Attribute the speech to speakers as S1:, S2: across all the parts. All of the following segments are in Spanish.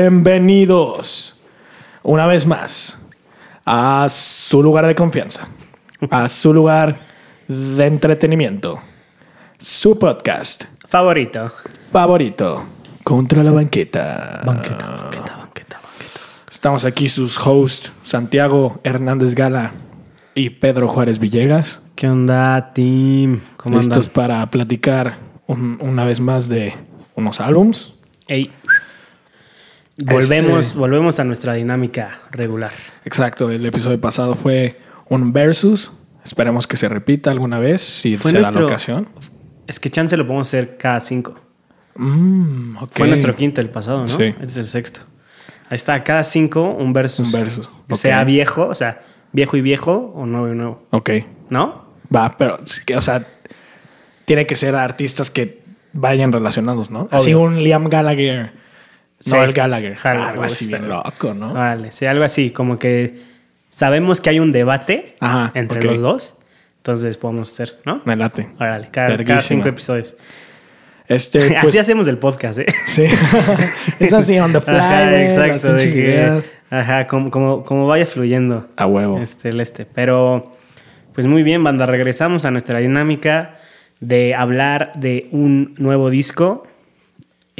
S1: Bienvenidos una vez más a su lugar de confianza, a su lugar de entretenimiento, su podcast
S2: Favorito.
S1: favorito, Contra la Banqueta.
S2: Banqueta, banqueta, banqueta, banqueta.
S1: Estamos aquí sus hosts Santiago Hernández Gala y Pedro Juárez Villegas,
S2: ¿Qué onda, team? ¿Cómo
S1: listos
S2: andan?
S1: para platicar un- una vez más de unos álbums.
S2: Ey. Volvemos,
S1: Este-
S2: volvemos a nuestra dinámica regular.
S1: Exacto, el episodio pasado fue un versus. Esperemos que se repita alguna vez, si
S2: Fue
S1: se da
S2: nuestro-
S1: la ocasión.
S2: Es que chance lo podemos hacer cada cinco.
S1: Mm, ok.
S2: Fue nuestro quinto el pasado, ¿no?
S1: Sí.
S2: Este es el sexto. Ahí está, cada cinco un versus.
S1: Un versus,
S2: O sea
S1: ok.
S2: viejo, o sea, viejo y viejo o nuevo y nuevo.
S1: Ok,
S2: ¿No?
S1: va, pero, sí que, o sea, tiene que ser artistas que vayan relacionados, ¿no? Así
S2: Obvio.
S1: un Liam Gallagher.
S2: Sí.
S1: No el Gallagher.
S2: Jala,
S1: algo
S2: me
S1: así
S2: gusta
S1: bien
S2: esto.
S1: loco, ¿no?
S2: Vale, sí, algo así, como que sabemos que hay un debate
S1: Ajá,
S2: entre
S1: ok.
S2: los dos. Entonces podemos hacer, ¿no?
S1: Me late.
S2: Órale, cada, cada
S1: Verguísima.
S2: cinco episodios.
S1: Este, pues,
S2: Así hacemos el podcast, ¿eh?
S1: Sí. es así, on the fly. güey, las
S2: de
S1: pinches
S2: que-
S1: ideas.
S2: Ajá, como, como, como vaya fluyendo
S1: A huevo.
S2: este, el este. Pero, pues muy bien, banda, regresamos a nuestra dinámica de hablar de un nuevo disco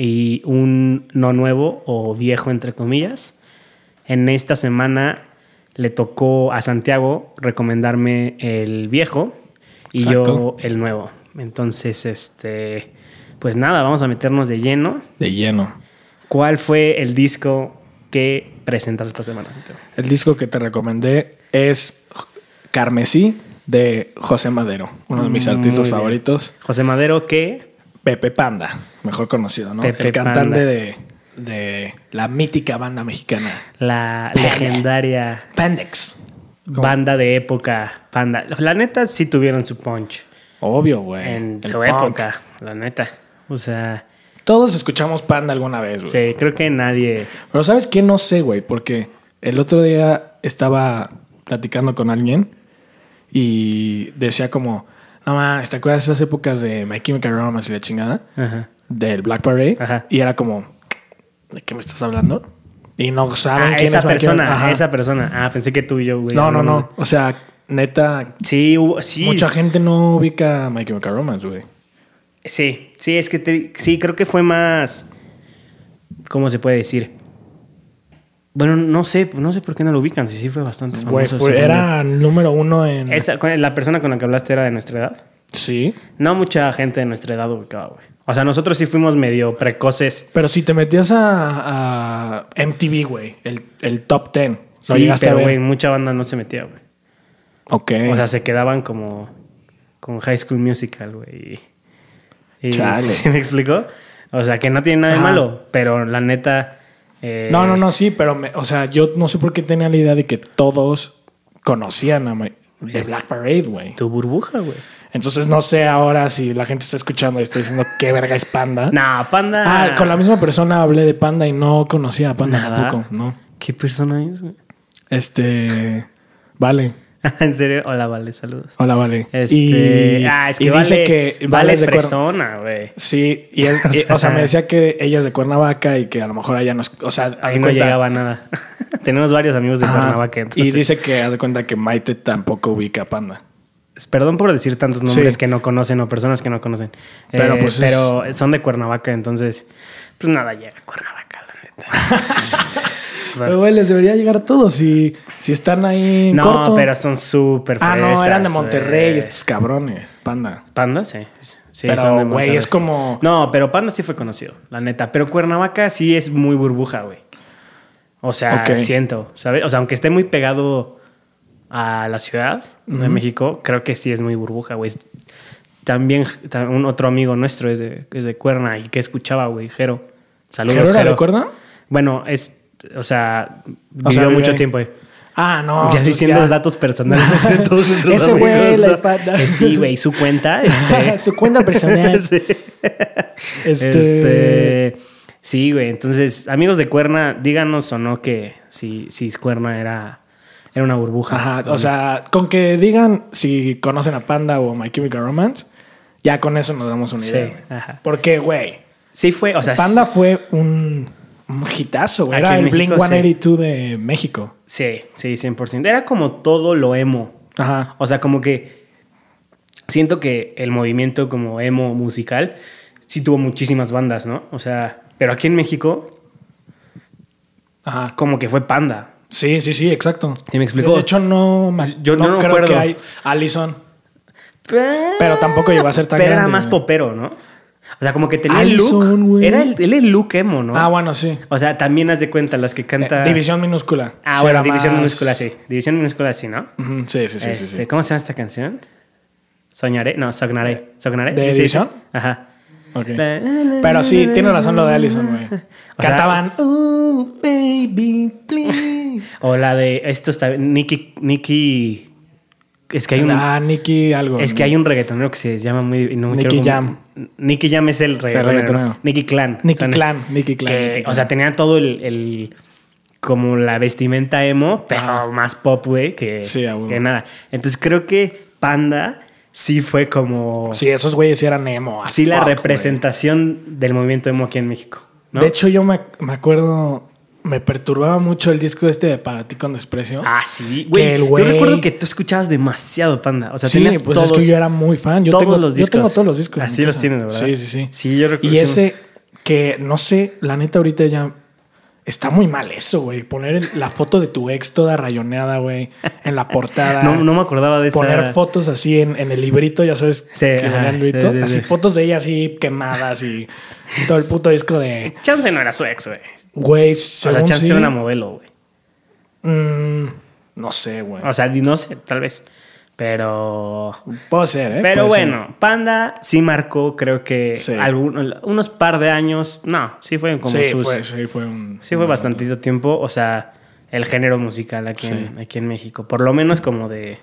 S2: y un no nuevo o viejo, entre comillas. En esta semana le tocó a Santiago recomendarme el viejo y
S1: Exacto.
S2: yo el nuevo. Entonces, este, pues nada, vamos a meternos de lleno.
S1: De lleno.
S2: ¿Cuál fue el disco que presentas esta semana? Santiago?
S1: El disco que te recomendé es Carmesí de José Madero, uno de mis
S2: Muy
S1: artistas
S2: bien.
S1: favoritos.
S2: José Madero, que
S1: Pepe Panda, mejor conocido, ¿no?
S2: Pepe
S1: el cantante
S2: Panda.
S1: de, de la mítica banda mexicana.
S2: la
S1: Panda.
S2: legendaria
S1: Pandex. ¿Cómo?
S2: banda de época, Panda. La neta sí tuvieron su punch
S1: Obvio, güey.
S2: en
S1: Eh, El
S2: su
S1: punk.
S2: época, la neta. O sea,
S1: Todos escuchamos Panda alguna vez, güey.
S2: sí, creo que nadie.
S1: Pero ¿sabes qué? No sé, güey, porque el otro día estaba platicando con alguien y decía como, no mames, ¿te acuerdas de esas épocas de My Chemical Romance y la chingada?
S2: Ajá.
S1: Del Black Parade.
S2: Ajá.
S1: Y era como, ¿de qué me estás hablando? Y no saben
S2: Ah,
S1: quién
S2: esa
S1: es My Chemical-
S2: persona,
S1: Ajá.
S2: esa persona. Ah, pensé que tú y yo, güey.
S1: No, no,
S2: hablamos
S1: no. O sea, neta,
S2: de- Sí, hubo, sí.
S1: mucha gente no ubica a My Chemical Romance, güey.
S2: Sí, sí, es que te- sí, creo que fue más. ¿Cómo se puede decir? Bueno, no sé, no sé por qué no lo ubican, si sí fue bastante famoso.
S1: Güey, fue-
S2: según
S1: era número uno en...
S2: yo. Esa- con- ¿La persona con la que hablaste era de nuestra edad?
S1: Sí.
S2: No mucha gente de nuestra edad ubicaba, güey. O sea, nosotros sí fuimos medio precoces.
S1: Pero si te metías a, a MTV, güey, el, el top 10, lo
S2: sí,
S1: llegaste a
S2: pero,
S1: ver.
S2: güey, mucha banda no se metía, güey.
S1: Ok.
S2: O sea, se quedaban como con High School Musical, güey. Y, y-
S1: Chale.
S2: ¿Sí me explicó? O sea, que no tiene nada de
S1: Ajá.
S2: malo, pero la neta... eh,
S1: no, no, no, sí, pero, me- o sea, yo no sé por qué tenía la idea de que todos conocían a My- de
S2: Es-
S1: Black Parade, güey.
S2: Tu burbuja, güey.
S1: Entonces no sé ahora si la gente está escuchando y está diciendo qué verga es Panda.
S2: Nah, panda.
S1: Ah, con la misma persona hablé de Panda y no conocía a Panda
S2: Nada.
S1: tampoco, no.
S2: ¿Qué persona es, güey?
S1: Este, vale.
S2: en serio, hola, vale, saludos.
S1: Hola, vale.
S2: Este, ah, es que
S1: y
S2: vale,
S1: dice que
S2: vale
S1: Vale
S2: es
S1: de Cuerna-
S2: persona, güey.
S1: Sí, y, es- y- o sea, me decía que ella es de Cuernavaca y que a lo mejor allá no es, o sea, haz
S2: Ahí
S1: de
S2: no
S1: cuenta-
S2: llegaba nada. Tenemos varios amigos de
S1: Ajá. y
S2: Cuernavaca. entonces-
S1: dice que haz de cuenta que Maite tampoco ubica a Panda.
S2: Perdón por decir tantos nombres
S1: Sí.
S2: que no conocen o personas que no conocen.
S1: Pero,
S2: Pero,
S1: pues, es-
S2: pero son de Cuernavaca, entonces, pues nada, llega a Cuernavaca, la neta.
S1: Pero güey, les debería llegar a todos si si están ahí en
S2: no,
S1: corto.
S2: pero son súper
S1: ah, no, eran de
S2: fresas,
S1: Monterrey
S2: güey.
S1: estos cabrones, Panda.
S2: Panda, sí. eh. sí
S1: Pero,
S2: son de
S1: güey,
S2: Monterrey.
S1: es como-
S2: No, pero Panda sí fue conocido, la neta. Pero Cuernavaca sí es muy burbuja, güey. O sea,
S1: Ok.
S2: siento, ¿sabes? O sea, aunque esté muy pegado a la ciudad de México, creo que sí es muy burbuja, güey. También ta- un otro amigo nuestro es de, es de Cuerna y que escuchaba, güey, Jero. Saludos,
S1: ¿Jero
S2: Jero.
S1: era de Cuerna?
S2: Bueno, es...
S1: O
S2: O sea,
S1: sea,
S2: vivió
S1: vive
S2: mucho
S1: ahí.
S2: tiempo, ahí.
S1: Ah, no.
S2: ya
S1: pues
S2: diciendo
S1: ya.
S2: datos personales de todos nuestros
S1: Ese güey,
S2: amigos,
S1: la
S2: ¿no?
S1: panda.
S2: Eh, sí, güey, su cuenta. Este,
S1: Su cuenta personal.
S2: Sí.
S1: Este,
S2: Este, Sí, güey. Entonces, amigos de Cuerna, díganos o no que si, si Cuerna era, era una burbuja.
S1: ajá, o sea, con que digan si conocen a Panda o My Chemical Romance, ya con eso nos damos una
S2: Sí,
S1: idea. güey.
S2: ajá.
S1: Porque, güey,
S2: Sí fue, o sea...
S1: Panda fue un un hitazo, güey.
S2: Aquí
S1: Era
S2: en
S1: el Blink
S2: México,
S1: 182 de México.
S2: Sí, sí, 100%. Era como todo lo emo.
S1: Ajá.
S2: O sea, como que siento que el movimiento como emo musical sí tuvo muchísimas bandas, ¿no? O sea, pero aquí en México
S1: Ajá.
S2: como que fue Panda.
S1: Sí, sí, sí, exacto.
S2: ¿Sí me explico?
S1: De hecho, no, me-
S2: Yo no
S1: creo
S2: recuerdo.
S1: que hay Allison. Pero tampoco llegó a ser tan
S2: Pero era
S1: grande,
S2: más
S1: güey.
S2: popero, ¿no? O sea, como que tenía el
S1: Allison,
S2: look.
S1: güey.
S2: Era el, él el look emo, ¿no?
S1: Ah, bueno, sí.
S2: O sea, también haz de cuenta las que canta...
S1: Eh, división minúscula.
S2: Ah,
S1: Sí,
S2: bueno,
S1: era
S2: División
S1: más-
S2: Minúscula, sí. División Minúscula, sí, ¿no?
S1: Ujú, Sí, sí, sí, sí, sí.
S2: Este, ¿Cómo se llama esta canción? Soñaré, no, Sognaré. ¿Sognaré?
S1: Eh, ¿De
S2: Sí, sí, sí.
S1: División?
S2: Ajá.
S1: Ok.
S2: Pero
S1: Pero sí, tiene razón lo de Allison, güey. Cantaban.
S2: Oh, baby, please. o la de. Esto está. Nicky. Nicky. Es que hay un.
S1: Ah, Nicky algo.
S2: es que hay un reggaetonero que se llama muy. No,
S1: Nicky
S2: quiero como-
S1: Jam.
S2: Nicky Jam es el reggaetonero.
S1: reggaetonero.
S2: Nicky Clan.
S1: Nicky
S2: O sea,
S1: Clan, Nicky Clan.
S2: que,
S1: Nicky
S2: o
S1: Clan.
S2: sea, tenía todo el, el- como la vestimenta emo, pero
S1: Ajá.
S2: más pop, güey, que,
S1: Sí, a huevo.
S2: que nada. Entonces creo que Panda sí fue como. Sí,
S1: Sí, esos güeyes sí eran emo. as
S2: la
S1: fuck, güey.
S2: representación del movimiento emo aquí en México. ¿no?
S1: De hecho, yo me, me acuerdo. Me perturbaba mucho el disco este de Para ti con desprecio.
S2: Ah, sí,
S1: Que
S2: güey.
S1: el
S2: Yo
S1: güey-
S2: recuerdo que tú escuchabas demasiado Panda. O sea,
S1: sí,
S2: tenías
S1: pues
S2: todos,
S1: es que yo era muy fan. Yo
S2: todos
S1: tengo,
S2: los
S1: Yo
S2: discos.
S1: tengo todos los discos. en
S2: Así
S1: mi
S2: los
S1: casa.
S2: tienes, ¿verdad?
S1: Sí, sí, sí.
S2: Sí, yo recuerdo.
S1: Y ese que no sé, la neta ahorita ya está muy mal eso, güey. Poner el- la foto de tu ex toda rayoneada, güey, en la portada.
S2: No, no me acordaba de esa.
S1: Poner fotos así en, en el librito, ya sabes,
S2: Sí,
S1: que
S2: ajá,
S1: venían
S2: sí,
S1: libritos,
S2: sí, sí.
S1: así fotos de ella así quemadas y todo el puto disco de
S2: Chance no era su ex, güey.
S1: güey,
S2: O sea,
S1: según
S2: Chance
S1: sí,
S2: era una modelo, güey.
S1: mm, no sé, güey.
S2: O sea, no sé, tal vez. Pero.
S1: Puede ser, ¿eh?
S2: Pero
S1: Puede ser.
S2: bueno, Panda sí marcó, creo que
S1: Sí.
S2: algún- unos par de años. No, sí fue como
S1: sí,
S2: sus.
S1: fue, sí fue un
S2: Sí fue bastantito tiempo. O sea, el género musical aquí, en, aquí en México. Por lo menos como de.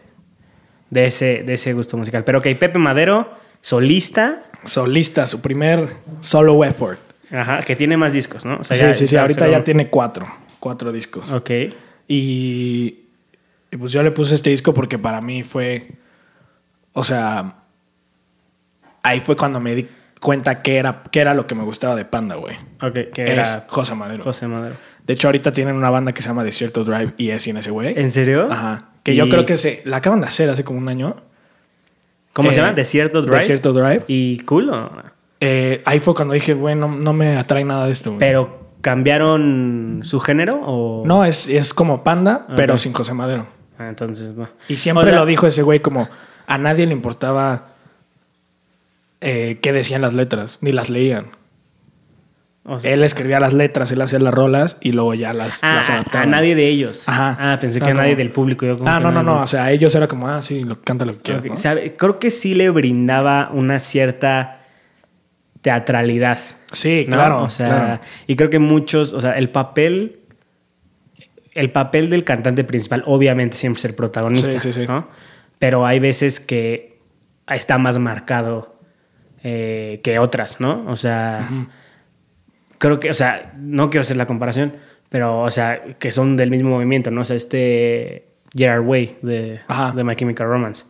S2: De ese, de ese gusto musical. Pero ok, Pepe Madero, solista.
S1: solista, su primer solo effort.
S2: Ajá, que tiene más discos, ¿no? O sea,
S1: sí,
S2: ya-
S1: sí, sí,
S2: ya
S1: ahorita
S2: se lo-
S1: ya tiene cuatro, cuatro discos.
S2: Ok.
S1: Y, y pues yo le puse este disco porque para mí fue, o sea, ahí fue cuando me di cuenta que era, que era lo que me gustaba de Panda, güey.
S2: Ok, que
S1: Es
S2: era
S1: José Madero.
S2: José Madero.
S1: De hecho, ahorita tienen una banda que se llama Desierto Drive y es en ese güey.
S2: ¿En serio?
S1: Ajá. Que yo
S2: Y-
S1: creo que se la acaban de hacer hace como un año.
S2: ¿Cómo se
S1: Eh,
S2: llama? Desierto Drive.
S1: Desierto Drive.
S2: Y culo.
S1: Eh, ahí fue cuando dije, güey, no, no me atrae nada de esto, güey.
S2: Pero cambiaron su género o
S1: No, es, es como Panda, pero
S2: Ok.
S1: sin José Madero.
S2: Ah, entonces no.
S1: Y siempre
S2: O sea,
S1: lo dijo ese güey como a nadie le importaba eh, qué decían las letras, ni las leían.
S2: o sea,
S1: Él escribía las letras, él hacía las rolas y luego ya las,
S2: ah,
S1: las
S2: a-
S1: adaptaba.
S2: a nadie de ellos.
S1: Ajá.
S2: Ah, pensé
S1: No,
S2: que a
S1: como-
S2: nadie del público. Yo como
S1: Ah,
S2: que
S1: no, no,
S2: nadie-
S1: no. O sea, a ellos era como, ah, sí, lo, canta lo que quieras.
S2: Ok,
S1: ¿no?
S2: sabe, Creo que sí le brindaba una cierta teatralidad.
S1: Sí,
S2: ¿no?
S1: claro.
S2: O sea,
S1: claro.
S2: y creo que muchos, o sea, el papel, el papel del cantante principal, obviamente siempre es el protagonista,
S1: Sí, sí, sí.
S2: ¿no? Pero hay veces que está más marcado eh, que otras, ¿no? O sea, creo que, o sea, no quiero hacer la comparación, pero, o sea, que son del mismo movimiento, ¿no? O sea, este Gerard Way de,
S1: Ajá.
S2: de My Chemical Romance.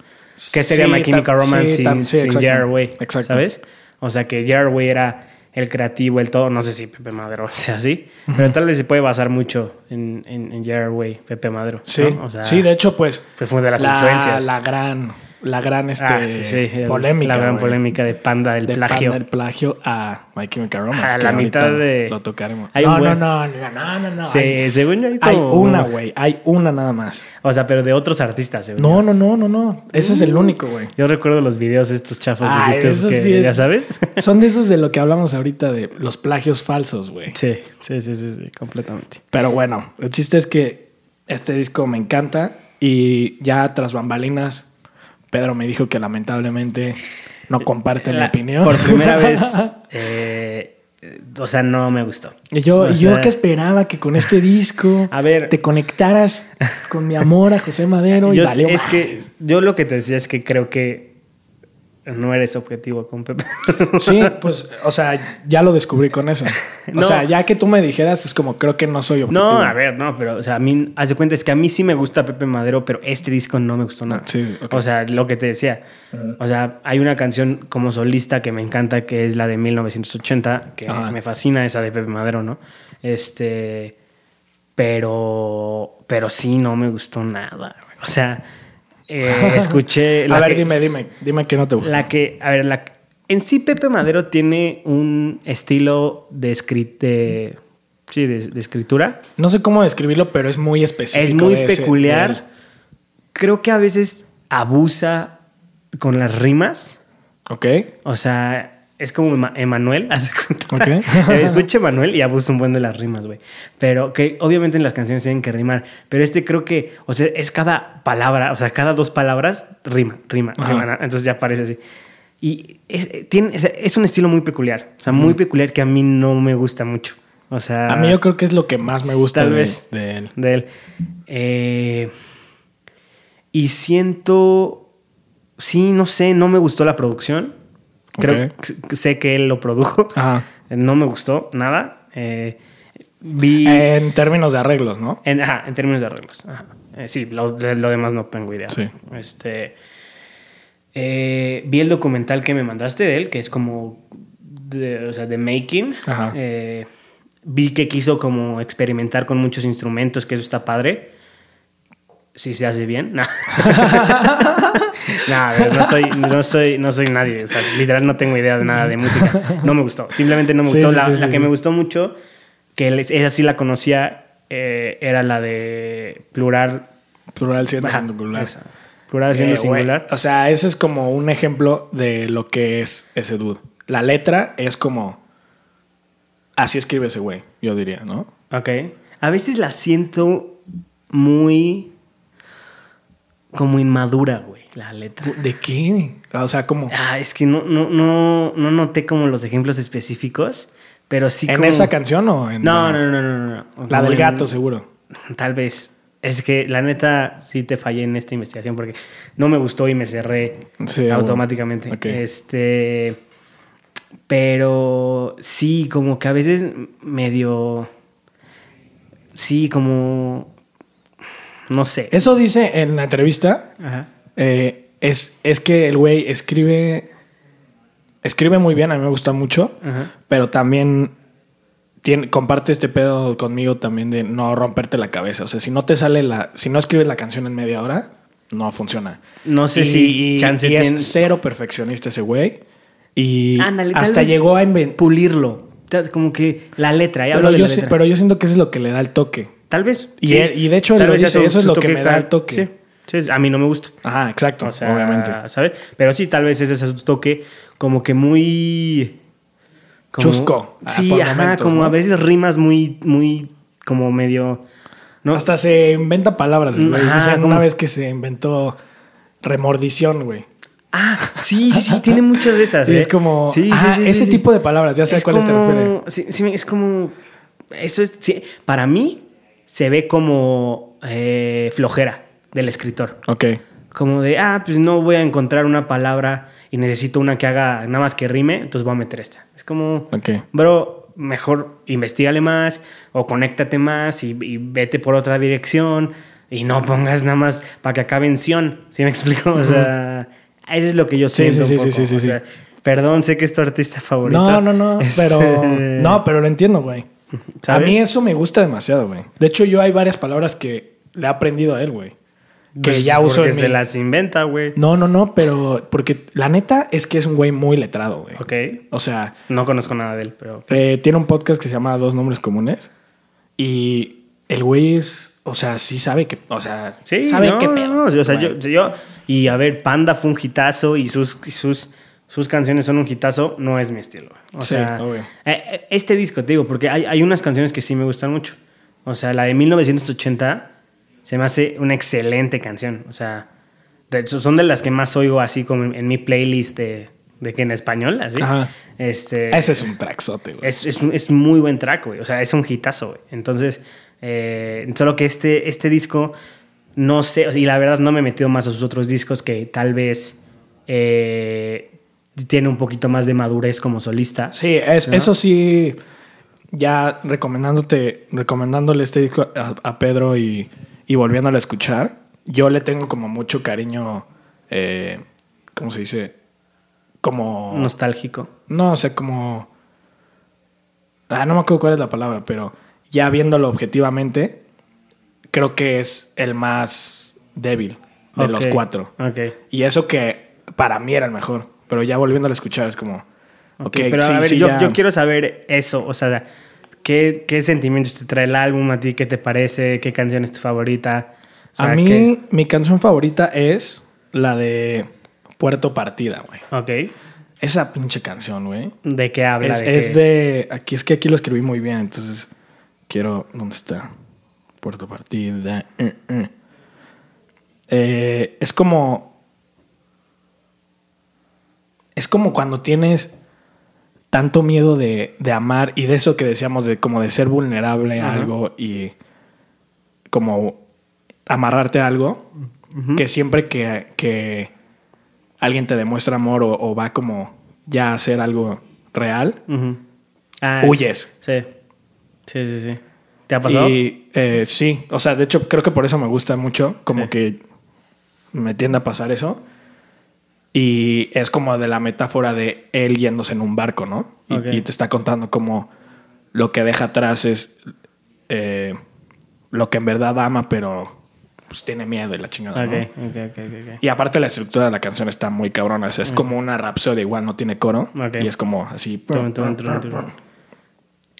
S2: ¿Qué sería
S1: Sí,
S2: My Chemical
S1: tam-
S2: Romance
S1: sí,
S2: sin,
S1: tam- sí,
S2: sin
S1: exacto.
S2: Gerard Way?
S1: Exacto.
S2: ¿Sabes? O sea, que Gerard Way era el creativo, el todo. No sé si Pepe Madero sea así, pero tal vez se puede basar mucho en, en, en Gerard Way, Pepe Madero.
S1: Sí,
S2: ¿no? O sea,
S1: sí, de hecho, pues.
S2: pues fue de las
S1: la,
S2: influencias.
S1: La gran, la gran este,
S2: Ah, sí, sí, el-
S1: polémica.
S2: La gran
S1: güey,
S2: polémica de Panda del
S1: de
S2: plagio.
S1: Panda, el plagio a My Chemical Romance.
S2: A
S1: que
S2: la
S1: ahorita
S2: mitad de-
S1: Lo tocaremos.
S2: Hay
S1: no,
S2: un
S1: no,
S2: buen-
S1: no, no, no, no, no.
S2: Sí,
S1: hay-
S2: según yo hay
S1: Hay
S2: como-
S1: una, güey. Hay una nada más.
S2: O sea, pero de otros artistas, según yo.
S1: No, no, no, no, no. Ese es el único, güey.
S2: Yo recuerdo los videos estos chafos
S1: Ay,
S2: de YouTube
S1: Ah, esos
S2: Uh. que,
S1: videos-
S2: ya sabes.
S1: Son de esos de lo que hablamos ahorita de los plagios falsos, güey.
S2: sí, sí, sí, sí, sí, completamente.
S1: Pero bueno, el chiste es que este disco me encanta y ya tras bambalinas, Pedro me dijo que lamentablemente no comparte mi
S2: Eh, La-
S1: opinión.
S2: Por primera vez, eh, eh, o sea, no me gustó.
S1: Y yo,
S2: O
S1: y yo
S2: sea,
S1: que esperaba que con este disco
S2: A ver.
S1: te conectaras con mi amor a José Madero y
S2: yo-
S1: valió
S2: es
S1: madres.
S2: que yo lo que te decía es que creo que No eres objetivo con Pepe.
S1: Sí, pues, o sea, ya lo descubrí con eso. O
S2: No.
S1: sea, ya que tú me dijeras, es como, creo que no soy objetivo.
S2: No, a ver, no, pero, o sea, a mí, haz de cuenta, es que a mí sí me gusta Pepe Madero, pero este disco no me gustó nada.
S1: Sí, sí, ok.
S2: O sea, lo que te decía. O sea, hay una canción como solista que me encanta, que es la de 1980, que
S1: Ajá.
S2: me fascina esa de Pepe Madero, ¿no? Este. Pero. Pero sí, no me gustó nada. güey. O sea, eh, escuché.
S1: a ver,
S2: que-
S1: dime, dime, dime que no te gusta.
S2: la que, a ver, la, en sí Pepe Madero tiene un estilo de, escri- de- sí, de, de escritura.
S1: No sé cómo describirlo, pero es muy específico.
S2: Es muy
S1: de ese-
S2: peculiar.
S1: de él.
S2: Creo que a veces abusa con las rimas.
S1: Ok.
S2: O sea, es como Ema- Emanuel, hace cuenta.
S1: Ok.
S2: Escucha Emanuel y abusa un buen de las rimas, güey. Pero que obviamente en las canciones tienen que rimar. Pero este creo que, o sea, es cada palabra, o sea, cada dos palabras rima, rima,
S1: Ajá.
S2: rima. ¿no? Entonces ya parece así. Y es, eh, tiene, o sea, es un estilo muy peculiar. O sea, muy peculiar que a mí no me gusta mucho. O sea.
S1: A mí yo creo que es lo que más me gusta
S2: Ah, Tal
S1: de,
S2: vez.
S1: de él.
S2: De él. Eh, y siento. Sí, no sé, no me gustó la producción. Creo
S1: Ok.
S2: que sé que él lo produjo.
S1: Ajá.
S2: No me gustó nada. Eh, vi.
S1: En términos de arreglos, ¿no?
S2: En, ajá, en términos de arreglos. Ajá. Eh, sí, lo, de- lo demás no tengo idea.
S1: Sí.
S2: Este, eh, vi el documental que me mandaste de él, que es como, de, o sea, de making.
S1: Ajá.
S2: Eh, vi que quiso como experimentar con muchos instrumentos, que eso está padre. Si se hace bien, no. no, a ver, no soy, no soy, no soy nadie. O sea, literal no tengo idea de nada de música. No me gustó. Simplemente no me
S1: Sí,
S2: gustó.
S1: sí,
S2: la
S1: sí,
S2: la
S1: sí,
S2: que
S1: sí.
S2: me gustó mucho, que les- esa sí la conocía, eh, era la de plural.
S1: Plural siendo
S2: Ajá,
S1: singular.
S2: esa. Plural siendo
S1: Eh, güey,
S2: singular.
S1: o sea, ese es como un ejemplo de lo que es ese dude. La letra es como. Así escribe ese güey, yo diría, ¿no?
S2: Ok. A veces la siento muy. como inmadura, güey, la letra.
S1: ¿De qué? O sea, como.
S2: Ah, es que no, no, no, no noté como los ejemplos específicos, pero sí
S1: ¿En
S2: como-
S1: esa canción o en.?
S2: No, no, no, no, no. no.
S1: La
S2: Como
S1: del
S2: en-
S1: gato, seguro.
S2: Tal vez. Es que la neta sí te fallé en esta investigación porque no me gustó y me cerré
S1: Sí, bueno.
S2: automáticamente.
S1: Ok.
S2: Este. Pero sí, como que a veces medio. Sí, como. No sé.
S1: Eso dice en la entrevista.
S2: Ajá.
S1: eh, es, es que el güey escribe. Escribe muy bien, a mí me gusta mucho.
S2: Ajá.
S1: Pero también tiene, comparte este pedo conmigo también de no romperte la cabeza. O sea, si no te sale la. Si no escribes la canción en media hora, no funciona.
S2: No sé
S1: Y-
S2: si
S1: y-
S2: chance
S1: y es
S2: tiene-
S1: cero perfeccionista ese güey. Y
S2: Ándale, tal
S1: hasta
S2: vez
S1: llegó a inventar.
S2: Pulirlo. Tal- Como que la letra, ya hablo
S1: Pero
S2: de
S1: yo,
S2: la
S1: sí-
S2: letra.
S1: pero yo siento que eso es lo que le da el toque.
S2: Tal vez.
S1: Y
S2: sí.
S1: él- y de hecho él
S2: Tal
S1: lo
S2: vez ya
S1: dice,
S2: su-
S1: eso es
S2: su
S1: lo que me da el
S2: ca-
S1: toque.
S2: Sí, sí, a mí no me gusta.
S1: Ajá, exacto.
S2: O sea,
S1: obviamente.
S2: ¿Sabes? Pero sí, tal vez ese es su toque como que muy...
S1: Chusco, ah,
S2: Sí,
S1: por
S2: ajá,
S1: momentos,
S2: como
S1: ¿no?
S2: a veces rimas muy, muy, como medio... ¿no?
S1: Hasta se inventa palabras,
S2: Mm,
S1: güey.
S2: ajá,
S1: Dicen
S2: como-
S1: una vez que se inventó remordición, güey.
S2: Ah, sí, sí, tiene muchas de esas.
S1: Y
S2: ¿eh?
S1: es como
S2: Sí, sí,
S1: ajá,
S2: sí, sí,
S1: ese
S2: sí.
S1: tipo de palabras, ya sé a
S2: Es
S1: cuáles
S2: como-
S1: te refieres.
S2: sí, sí, es como... Eso es... sí, para mí se ve como eh, flojera del escritor.
S1: Ok.
S2: Como de, ah, pues no voy a encontrar una palabra y necesito una que haga nada más que rime, entonces voy a meter esta. Es como,
S1: Ok.
S2: bro, mejor investigale más o conéctate más y, y vete por otra dirección y no pongas nada más para que acabe en Sion. ¿Sí me explico? O sea, eso es lo que yo
S1: Sí,
S2: siento.
S1: sí,
S2: un
S1: sí, sí,
S2: poco.
S1: sí, sí,
S2: O
S1: sí.
S2: sea, Perdón, sé que es tu artista favorito.
S1: No, no, no,
S2: Este,
S1: pero no, pero lo entiendo, güey. A
S2: ¿sabes?
S1: mí eso me gusta demasiado, güey. De hecho, yo hay varias palabras que le he aprendido a él, güey. Que
S2: Pues,
S1: ya uso
S2: porque
S1: en
S2: se
S1: mi-
S2: las inventa, güey.
S1: No, no, no, pero porque la neta es que es un güey muy letrado, güey.
S2: Ok.
S1: O sea,
S2: No conozco nada de él, pero...
S1: Eh, tiene un podcast que se llama Dos Nombres Comunes. Y el güey es. O sea, sí sabe que. O sea,
S2: Sí,
S1: sabe
S2: no,
S1: qué
S2: no,
S1: pedo.
S2: no, o sea,
S1: güey.
S2: yo, yo- y a ver, Panda fue un hitazo y sus, y sus, sus canciones son un hitazo, no es mi estilo. O
S1: Sí,
S2: sea,
S1: obvio.
S2: eh, eh, este disco, te digo, porque hay, hay unas canciones que sí me gustan mucho. O sea, la de 1980 se me hace una excelente canción. O sea, de hecho, son de las que más oigo así como en, en mi playlist de, de que en español, así.
S1: Ajá.
S2: Este,
S1: Ese es un traxote, güey.
S2: es, es, un- es muy buen track, güey. O sea, es un hitazo, güey. Entonces, eh, solo que este, este disco, no sé, o sea, y la verdad no me he metido más a sus otros discos que tal vez eh, tiene un poquito más de madurez como solista.
S1: Sí, es-
S2: ¿no?
S1: eso sí, ya recomendándote, recomendándole este disco a, a Pedro y, y volviéndolo a escuchar, yo le tengo como mucho cariño, eh, ¿cómo se dice? Como...
S2: Nostálgico.
S1: No, o sea, como... Ah, no me acuerdo cuál es la palabra, pero ya viéndolo objetivamente, creo que es el más débil de los
S2: Ok.
S1: cuatro.
S2: Ok.
S1: Y eso que para mí era el mejor, pero ya volviéndolo a escuchar es como...
S2: Ok,
S1: Ok,
S2: pero
S1: sí,
S2: a ver,
S1: sí,
S2: yo,
S1: ya-
S2: yo quiero saber eso, o sea, ¿qué, qué sentimientos te trae el álbum a ti? ¿Qué te parece? ¿Qué canción es tu favorita? O sea,
S1: a mí,
S2: ¿qué-
S1: mi canción favorita es la de Puerto Partida, güey.
S2: Ok,
S1: Esa pinche canción, güey.
S2: ¿de qué habla?
S1: Es,
S2: ¿De
S1: es
S2: qué?
S1: de. Aquí es que aquí lo escribí muy bien, entonces quiero. ¿Dónde está? Puerto Partida. eh, eh. Eh, es como. Es como cuando tienes tanto miedo de, de amar y de eso que decíamos, de como de ser vulnerable a
S2: Ajá.
S1: algo y como amarrarte a algo, que siempre que, que alguien te demuestra amor o, o va como ya a hacer algo real,
S2: Ujú. Ah,
S1: Huyes.
S2: Sí. Sí, sí, sí. ¿Te ha pasado?
S1: Y eh, sí, o sea, de hecho creo que por eso me gusta mucho, como
S2: Sí.
S1: que me tiende a pasar eso. Y es como de la metáfora de él yéndose en un barco, ¿no? Y,
S2: Ok.
S1: y te está contando como lo que deja atrás es eh, lo que en verdad ama, pero pues tiene miedo y la chingada. ¿no?
S2: Ok, ok, ok, ok, ok.
S1: Y aparte la estructura de la canción está muy cabrona. o sea, es como una rapsodia, igual no tiene coro.
S2: Mm. Ok.
S1: Y es como así.
S2: Tum, tum, tum, tum.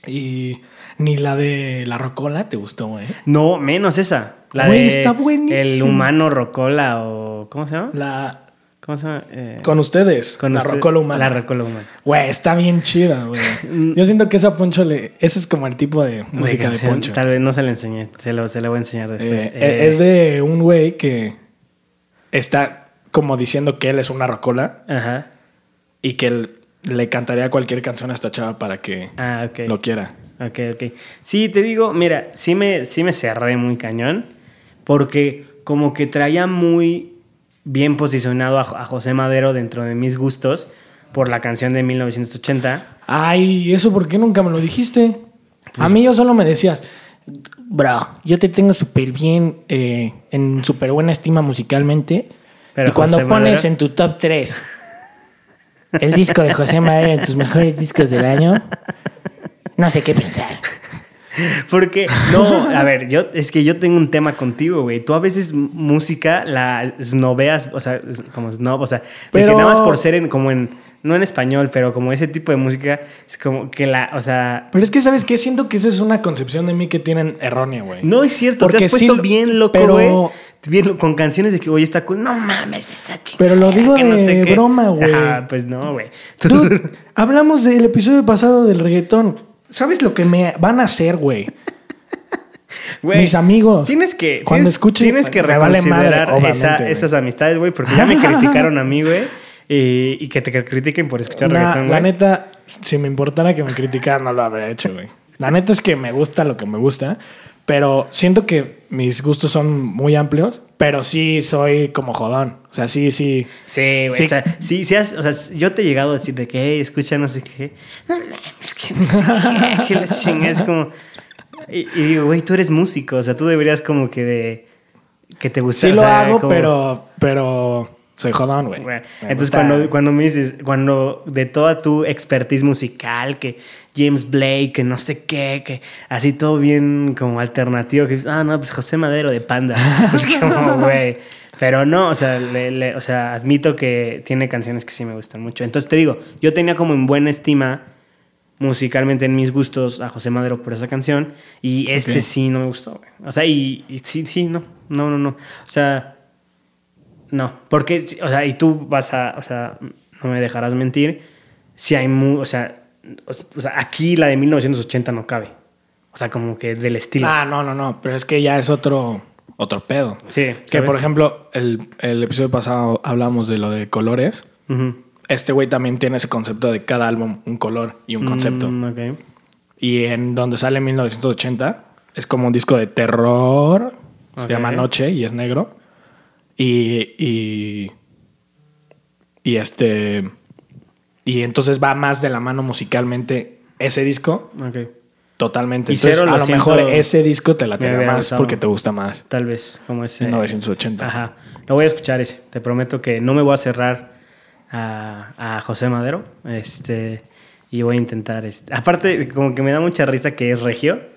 S1: Y ni la de la rocola te gustó, güey.
S2: No, menos esa. La
S1: Güey,
S2: de
S1: está buenísima.
S2: El humano Rocola o... ¿Cómo se llama?
S1: La
S2: ¿Cómo se llama? Eh,
S1: con ustedes,
S2: con
S1: la
S2: usted-
S1: rocola humana.
S2: La Rocola humana.
S1: Güey, está bien chida, güey. Yo siento que esa Poncho le ese es como el tipo de música de
S2: canción,
S1: Poncho.
S2: Tal vez no se la enseñé. Se lo, se la voy a enseñar después.
S1: Eh,
S2: Eh,
S1: es de un güey que está como diciendo que él es una rocola
S2: Ajá.
S1: y que él le cantaría cualquier canción a esta chava para que
S2: Ah, ok.
S1: lo quiera.
S2: Ok, ok. Sí, te digo, mira, sí me, sí me cerré muy cañón, porque como que traía muy bien posicionado a, Jo- a José Madero dentro de mis gustos por la canción de 1980.
S1: Ay, ¿eso por qué nunca me lo dijiste? a mí yo solo me decías, bro, yo te tengo súper bien, eh, en súper buena estima musicalmente.
S2: Pero
S1: y cuando
S2: José
S1: pones
S2: Madero-
S1: en tu top 3 el disco de José Madero en tus mejores discos del año, no sé qué pensar.
S2: Porque, no, a ver, yo es que yo tengo un tema contigo, güey. Tú a veces m- música la snobeas, o sea, es como snob, o sea, de
S1: Pero-
S2: que nada más por ser en, como en, no en español, pero como ese tipo de música, es como que la, o sea,
S1: Pero es que, ¿sabes qué? Siento que esa es una concepción de mí que tienen errónea, güey.
S2: No es cierto,
S1: Porque
S2: te has
S1: sí
S2: puesto
S1: lo-
S2: bien loco,
S1: pero-
S2: güey. Bien lo- con canciones de que, oye, está cool. No mames, esa chica.
S1: Pero lo digo
S2: que no
S1: de
S2: sé qué.
S1: broma, güey.
S2: Ah, pues no, güey. Entonces,
S1: Dude, hablamos del episodio pasado del reggaetón. ¿Sabes lo que me van a hacer, güey?
S2: güey,
S1: mis amigos,
S2: Tienes que.
S1: cuando
S2: tienes,
S1: escuchen,
S2: Tienes que
S1: me vale madre,
S2: reconsiderar
S1: obviamente,
S2: esa-
S1: güey.
S2: esas amistades, güey, porque ya me criticaron a mí, güey. Y, y que te critiquen por escuchar
S1: Nah,
S2: reggaetón,
S1: la
S2: güey.
S1: neta, si me importara que me criticaran, no lo habría hecho, güey. La neta es que me gusta lo que me gusta, pero siento que mis gustos son muy amplios, pero sí soy como jodón. O sea, sí, sí.
S2: Sí, güey.
S1: Sí.
S2: O sea, sí, sí has- o sea, yo te he llegado a decir de que, hey, escucha, no sé qué. No mames, que no sé qué. Que la chinga es como. Y, y digo, güey, tú eres músico. O sea, tú deberías como que de. Que te gusta.
S1: Sí
S2: Pues o
S1: lo
S2: sea,
S1: hago,
S2: como-
S1: pero, pero soy jodón, güey.
S2: Bueno,
S1: Me
S2: entonces,
S1: gusta.
S2: cuando, cuando me dices, cuando de toda tu expertise musical, que James Blake, que no sé qué, que así todo bien como alternativo, que dices, ah, no, pues José Madero de Panda. es como, güey. Pero no, o sea, le- le- o sea, admito que tiene canciones que sí me gustan mucho. Entonces, te digo, yo tenía como en buena estima musicalmente en mis gustos a José Madero por esa canción y este
S1: Ok.
S2: sí no me gustó, güey. O sea, y, y sí, sí, no, no, no, no. O sea, no, porque, o sea, y tú vas a, o sea, no me dejarás mentir, si hay, mu o sea, o, o sea, aquí la de 1980 no cabe. O sea, como que del estilo.
S1: Ah, no, no, no. Pero es que ya es otro, otro pedo.
S2: sí,
S1: Que,
S2: ¿sabes?
S1: por ejemplo, el, el episodio pasado hablamos de lo de colores.
S2: Ujú.
S1: Este güey también tiene ese concepto de cada álbum un color y un concepto.
S2: Mm, ok.
S1: Y en donde sale 1980 es como un disco de terror.
S2: Ok.
S1: Se llama Noche y es negro. Y. Y. Y este. Y entonces va más de la mano musicalmente ese disco
S2: Ok.
S1: totalmente.
S2: Y
S1: Entonces,
S2: cero
S1: a
S2: lo
S1: lo
S2: siento-
S1: mejor ese disco te la
S2: Me hubiera
S1: más
S2: gustado.
S1: porque te gusta más.
S2: Tal vez, como ese.
S1: 1980.
S2: Ajá. Lo voy a escuchar ese. Te prometo que no me voy a cerrar a, a José Madero. Este. Y voy a intentar. Este. Aparte, como que me da mucha risa que es regio.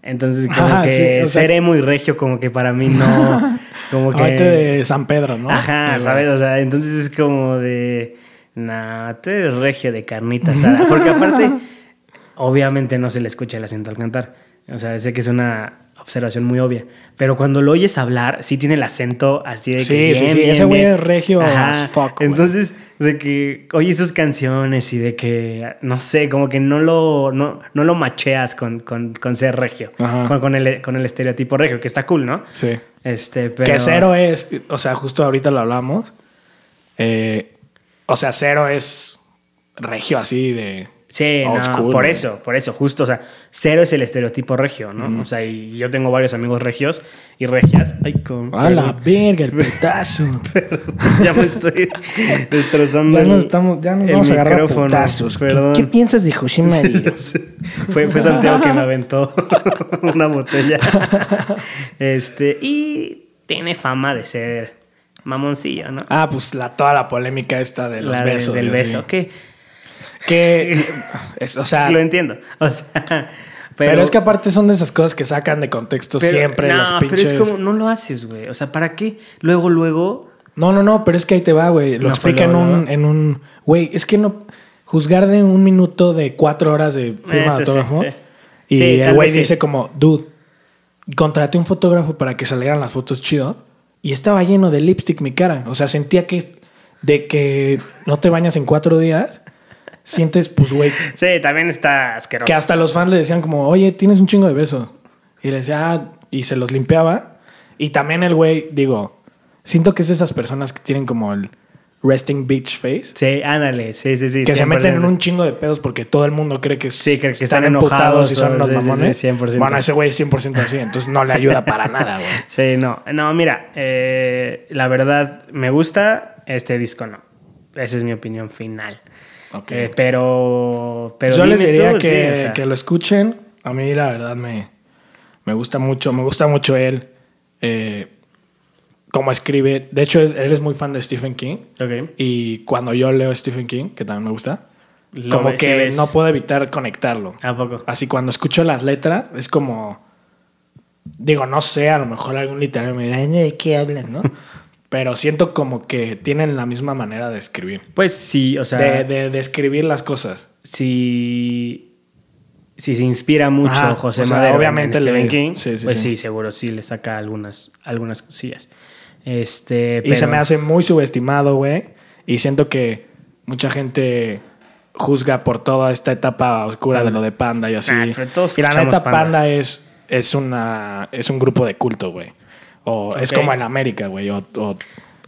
S2: Entonces, como
S1: Ajá,
S2: que
S1: Ah, sí, o sea-
S2: ser emo y regio, como que para mí no. Como que.
S1: Aparte de San Pedro, ¿no?
S2: Ajá,
S1: Eh,
S2: ¿sabes? O sea, entonces es como de. Nah, tú eres regio de carnita asada. Porque aparte, obviamente no se le escucha el acento al cantar. O sea, sé que es una observación muy obvia. Pero cuando lo oyes hablar, sí tiene el acento así de que.
S1: Sí, sí, sí, ese güey es regio as fuck, güey.
S2: Entonces, de que oyes sus canciones y de que. No sé, como que no lo, no, no lo macheas con, con, con ser regio.
S1: Ajá.
S2: Con, con el, con el estereotipo regio, que está cool, ¿no?
S1: Sí.
S2: Este, pero.
S1: Que cero es, o sea, justo ahorita lo hablamos. Eh, o sea, cero es regio así de.
S2: Sí,
S1: old
S2: no,
S1: school,
S2: por
S1: güey.
S2: eso, por eso, justo, o sea, cero es el estereotipo regio, ¿no? O sea, y yo tengo varios amigos regios y regias. Ay, con...
S1: A la
S2: perdón,
S1: verga, el petazo.
S2: perdón, ya me estoy destrozando
S1: Ya
S2: el,
S1: nos estamos, ya nos
S2: el
S1: vamos a agarrar a
S2: micrófono.
S1: putazos.
S2: Perdón.
S1: piensas de Hiroshima? y-
S2: fue, fue Santiago que me aventó una botella. este, y tiene fama de ser mamoncillo, ¿no?
S1: ah, pues la, toda la polémica esta de los
S2: La de-
S1: besos.
S2: del
S1: yo
S2: beso,
S1: sí.
S2: que
S1: Que, es- o sea,
S2: lo
S1: pero,
S2: entiendo. O sea, pero,
S1: es que aparte son de esas cosas que sacan de contexto
S2: Pero-
S1: siempre
S2: no,
S1: los pinches.
S2: Pero es como, no lo haces, güey. O sea, ¿para qué? Luego, luego.
S1: No, no, no, pero es que ahí te va, güey. Lo
S2: No fue
S1: explica en
S2: luego,
S1: un,
S2: ¿no?
S1: en un. Güey, es que no. Juzgar de un minuto de cuatro horas de firma de
S2: Eso Eh, sí,
S1: autógrafo.
S2: sí.
S1: Y
S2: Sí,
S1: el
S2: tal
S1: güey
S2: vez sí.
S1: dice como, dude, contraté un fotógrafo para que salieran las fotos chido. Y estaba lleno de lipstick mi cara. O sea, sentía que. De que no te bañas en cuatro días. Sientes, pues, güey,
S2: Sí, también está asqueroso.
S1: que hasta los fans le decían como, oye, tienes un chingo de besos. Y le decía, ah, y se los limpiaba. Y también el güey, digo, siento que es de esas personas que tienen como el resting beach face.
S2: Sí, ándale. Sí, sí, sí.
S1: que se
S2: 100%.
S1: meten en un chingo de pedos porque todo el mundo cree que,
S2: Sí, cree que están
S1: emputados
S2: enojados,
S1: y son unos
S2: sí, sí, sí,
S1: mamones.
S2: 100%.
S1: Bueno, ese güey es 100% así, entonces no le ayuda para nada, güey.
S2: Sí, no. No, mira. eh, la verdad, me gusta este disco, no. Esa es mi opinión final.
S1: Ok.
S2: Eh, pero, pero.
S1: Yo les
S2: dime
S1: diría
S2: tú,
S1: que,
S2: sí, o sea,
S1: que lo escuchen. A mí, la verdad, me, me gusta mucho. Me gusta mucho él. eh, cómo escribe. De hecho, es- él es muy fan de Stephen King.
S2: Ok.
S1: Y cuando yo leo Stephen King, que también me gusta,
S2: Lo
S1: como
S2: ves, sí
S1: que
S2: ves.
S1: no puedo evitar conectarlo.
S2: ¿A poco?
S1: Así cuando escucho las letras, es como. Digo, no sé, a lo mejor algún literario me dirá, "Ay, ¿de qué hablas, no? Pero siento como que tienen la misma manera de escribir.
S2: Pues sí, o sea.
S1: De, de- de escribir las cosas.
S2: si, si se inspira mucho
S1: Ajá,
S2: José
S1: o sea,
S2: Madero
S1: obviamente
S2: en
S1: le-
S2: Stephen King,
S1: sí, sí,
S2: pues
S1: sí.
S2: sí. seguro sí le saca algunas, algunas cosillas. Este,
S1: Y
S2: pero-
S1: se me hace muy subestimado, güey. Y siento que mucha gente juzga por toda esta etapa oscura de lo de Panda y así.
S2: Ah, pero todos
S1: y la
S2: escuchamos
S1: neta, Panda,
S2: Panda.
S1: es, es, una, es un grupo de culto, güey. O es
S2: Ok.
S1: como en América, güey. O, o-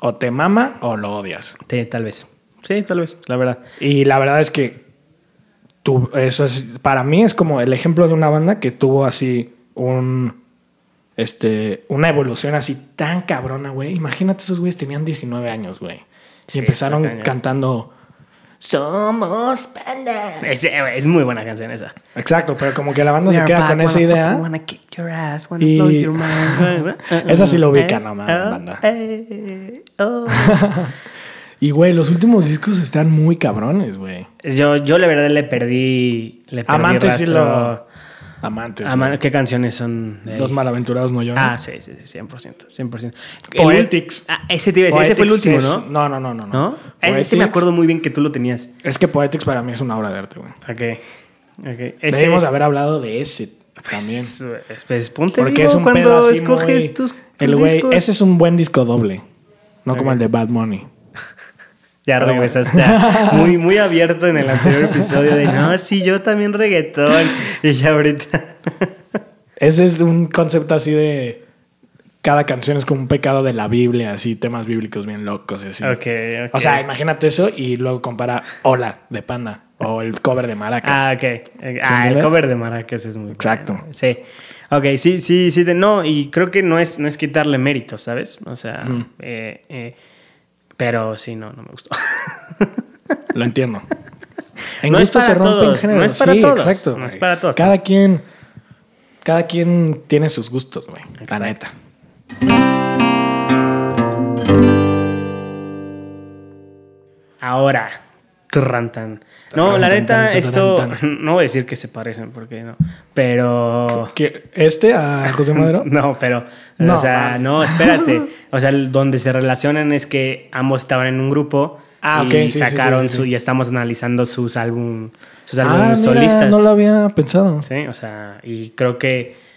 S1: o te mama o lo odias.
S2: Te- tal vez. Sí, tal vez, la verdad.
S1: Y la verdad es que tu- eso es, para mí es como el ejemplo de una banda que tuvo así un este una evolución así tan cabrona, güey. Imagínate esos güeyes tenían 19 años, güey. Y
S2: Sí,
S1: empezaron
S2: está cañón.
S1: cantando Somos panda.
S2: Es, es muy buena canción esa.
S1: Exacto, pero como que la banda
S2: We
S1: se
S2: are
S1: queda
S2: back,
S1: con esa
S2: wanna
S1: idea.
S2: fucking wanna kick your ass, wanna
S1: Y-
S2: blow your mind.
S1: Esa sí lo ubican, no
S2: Eh,
S1: mames,
S2: oh,
S1: banda.
S2: eh, oh.
S1: Y güey, los últimos discos están muy cabrones, güey.
S2: yo, yo la verdad le perdí. Le perdí
S1: Amantes sí
S2: rastro.
S1: lo amantes.
S2: Ama-
S1: güey.
S2: ¿Qué canciones son? de ahí?
S1: Los malaventurados no lloran.
S2: Ah, sí, sí, sí, 100%. 100%.
S1: Poetics.
S2: El ul- Ah, ese te iba a decir, ese fue el último,
S1: Poetics es-
S2: ¿no?
S1: No, no, no, no.
S2: ¿No? Ese sí
S1: Poetics-
S2: me acuerdo muy bien que tú lo tenías.
S1: Es que Poetics para mí es una obra de arte, güey.
S2: Ok. Ok.
S1: Debemos haber hablado de ese también.
S2: también. Pues, pues, ponte
S1: Porque
S2: vivo
S1: es un
S2: cuando
S1: pedo así
S2: escoges
S1: muy-
S2: tus, tus
S1: el güey,
S2: discos.
S1: ese es un buen disco doble. No como el de Bad Money.
S2: Ya
S1: Ah,
S2: regresaste a- muy, muy abierto en el anterior episodio de no, sí, yo también reggaetón. Y ya ahorita.
S1: Ese es un concepto así de... Cada canción es como un pecado de la Biblia, así temas bíblicos bien locos y así.
S2: Ok, ok.
S1: O sea, imagínate eso y luego compara Hola de Panda o el cover de Maracas.
S2: Ah, ok. Ah, el
S1: ¿Entiendes?
S2: cover de Maracas es muy
S1: Exacto.
S2: bueno. Sí. Ok, sí, sí, sí. te- no, y creo que no es, no es quitarle mérito, ¿sabes? O sea, eh, eh, pero sí, no, no me gustó.
S1: Lo entiendo. En
S2: No es
S1: gusto
S2: para
S1: se rompen
S2: todos,
S1: géneros.
S2: no es para
S1: sí,
S2: todos,
S1: Exacto.
S2: no es
S1: güey.
S2: para todos.
S1: Cada quien, cada quien tiene sus gustos, güey. La
S2: Exacto.
S1: neta.
S2: Ahora. Trran, tan. No,
S1: Trran,
S2: la
S1: tan,
S2: neta,
S1: tan,
S2: esto.
S1: tan,
S2: No voy a decir que se parecen, porque no. Pero.
S1: ¿Qué- ¿Este a José Madero?
S2: No, pero.
S1: No,
S2: o sea,
S1: mames.
S2: no, espérate. O sea, el- donde se relacionan es que ambos estaban en un grupo.
S1: Ah,
S2: y
S1: ok, sí, sí, sí,
S2: sacaron
S1: sí, sí.
S2: su. Y estamos analizando sus álbum, sus
S1: ah,
S2: álbumes
S1: mira,
S2: solistas.
S1: no lo había pensado.
S2: Sí, o sea, y creo que.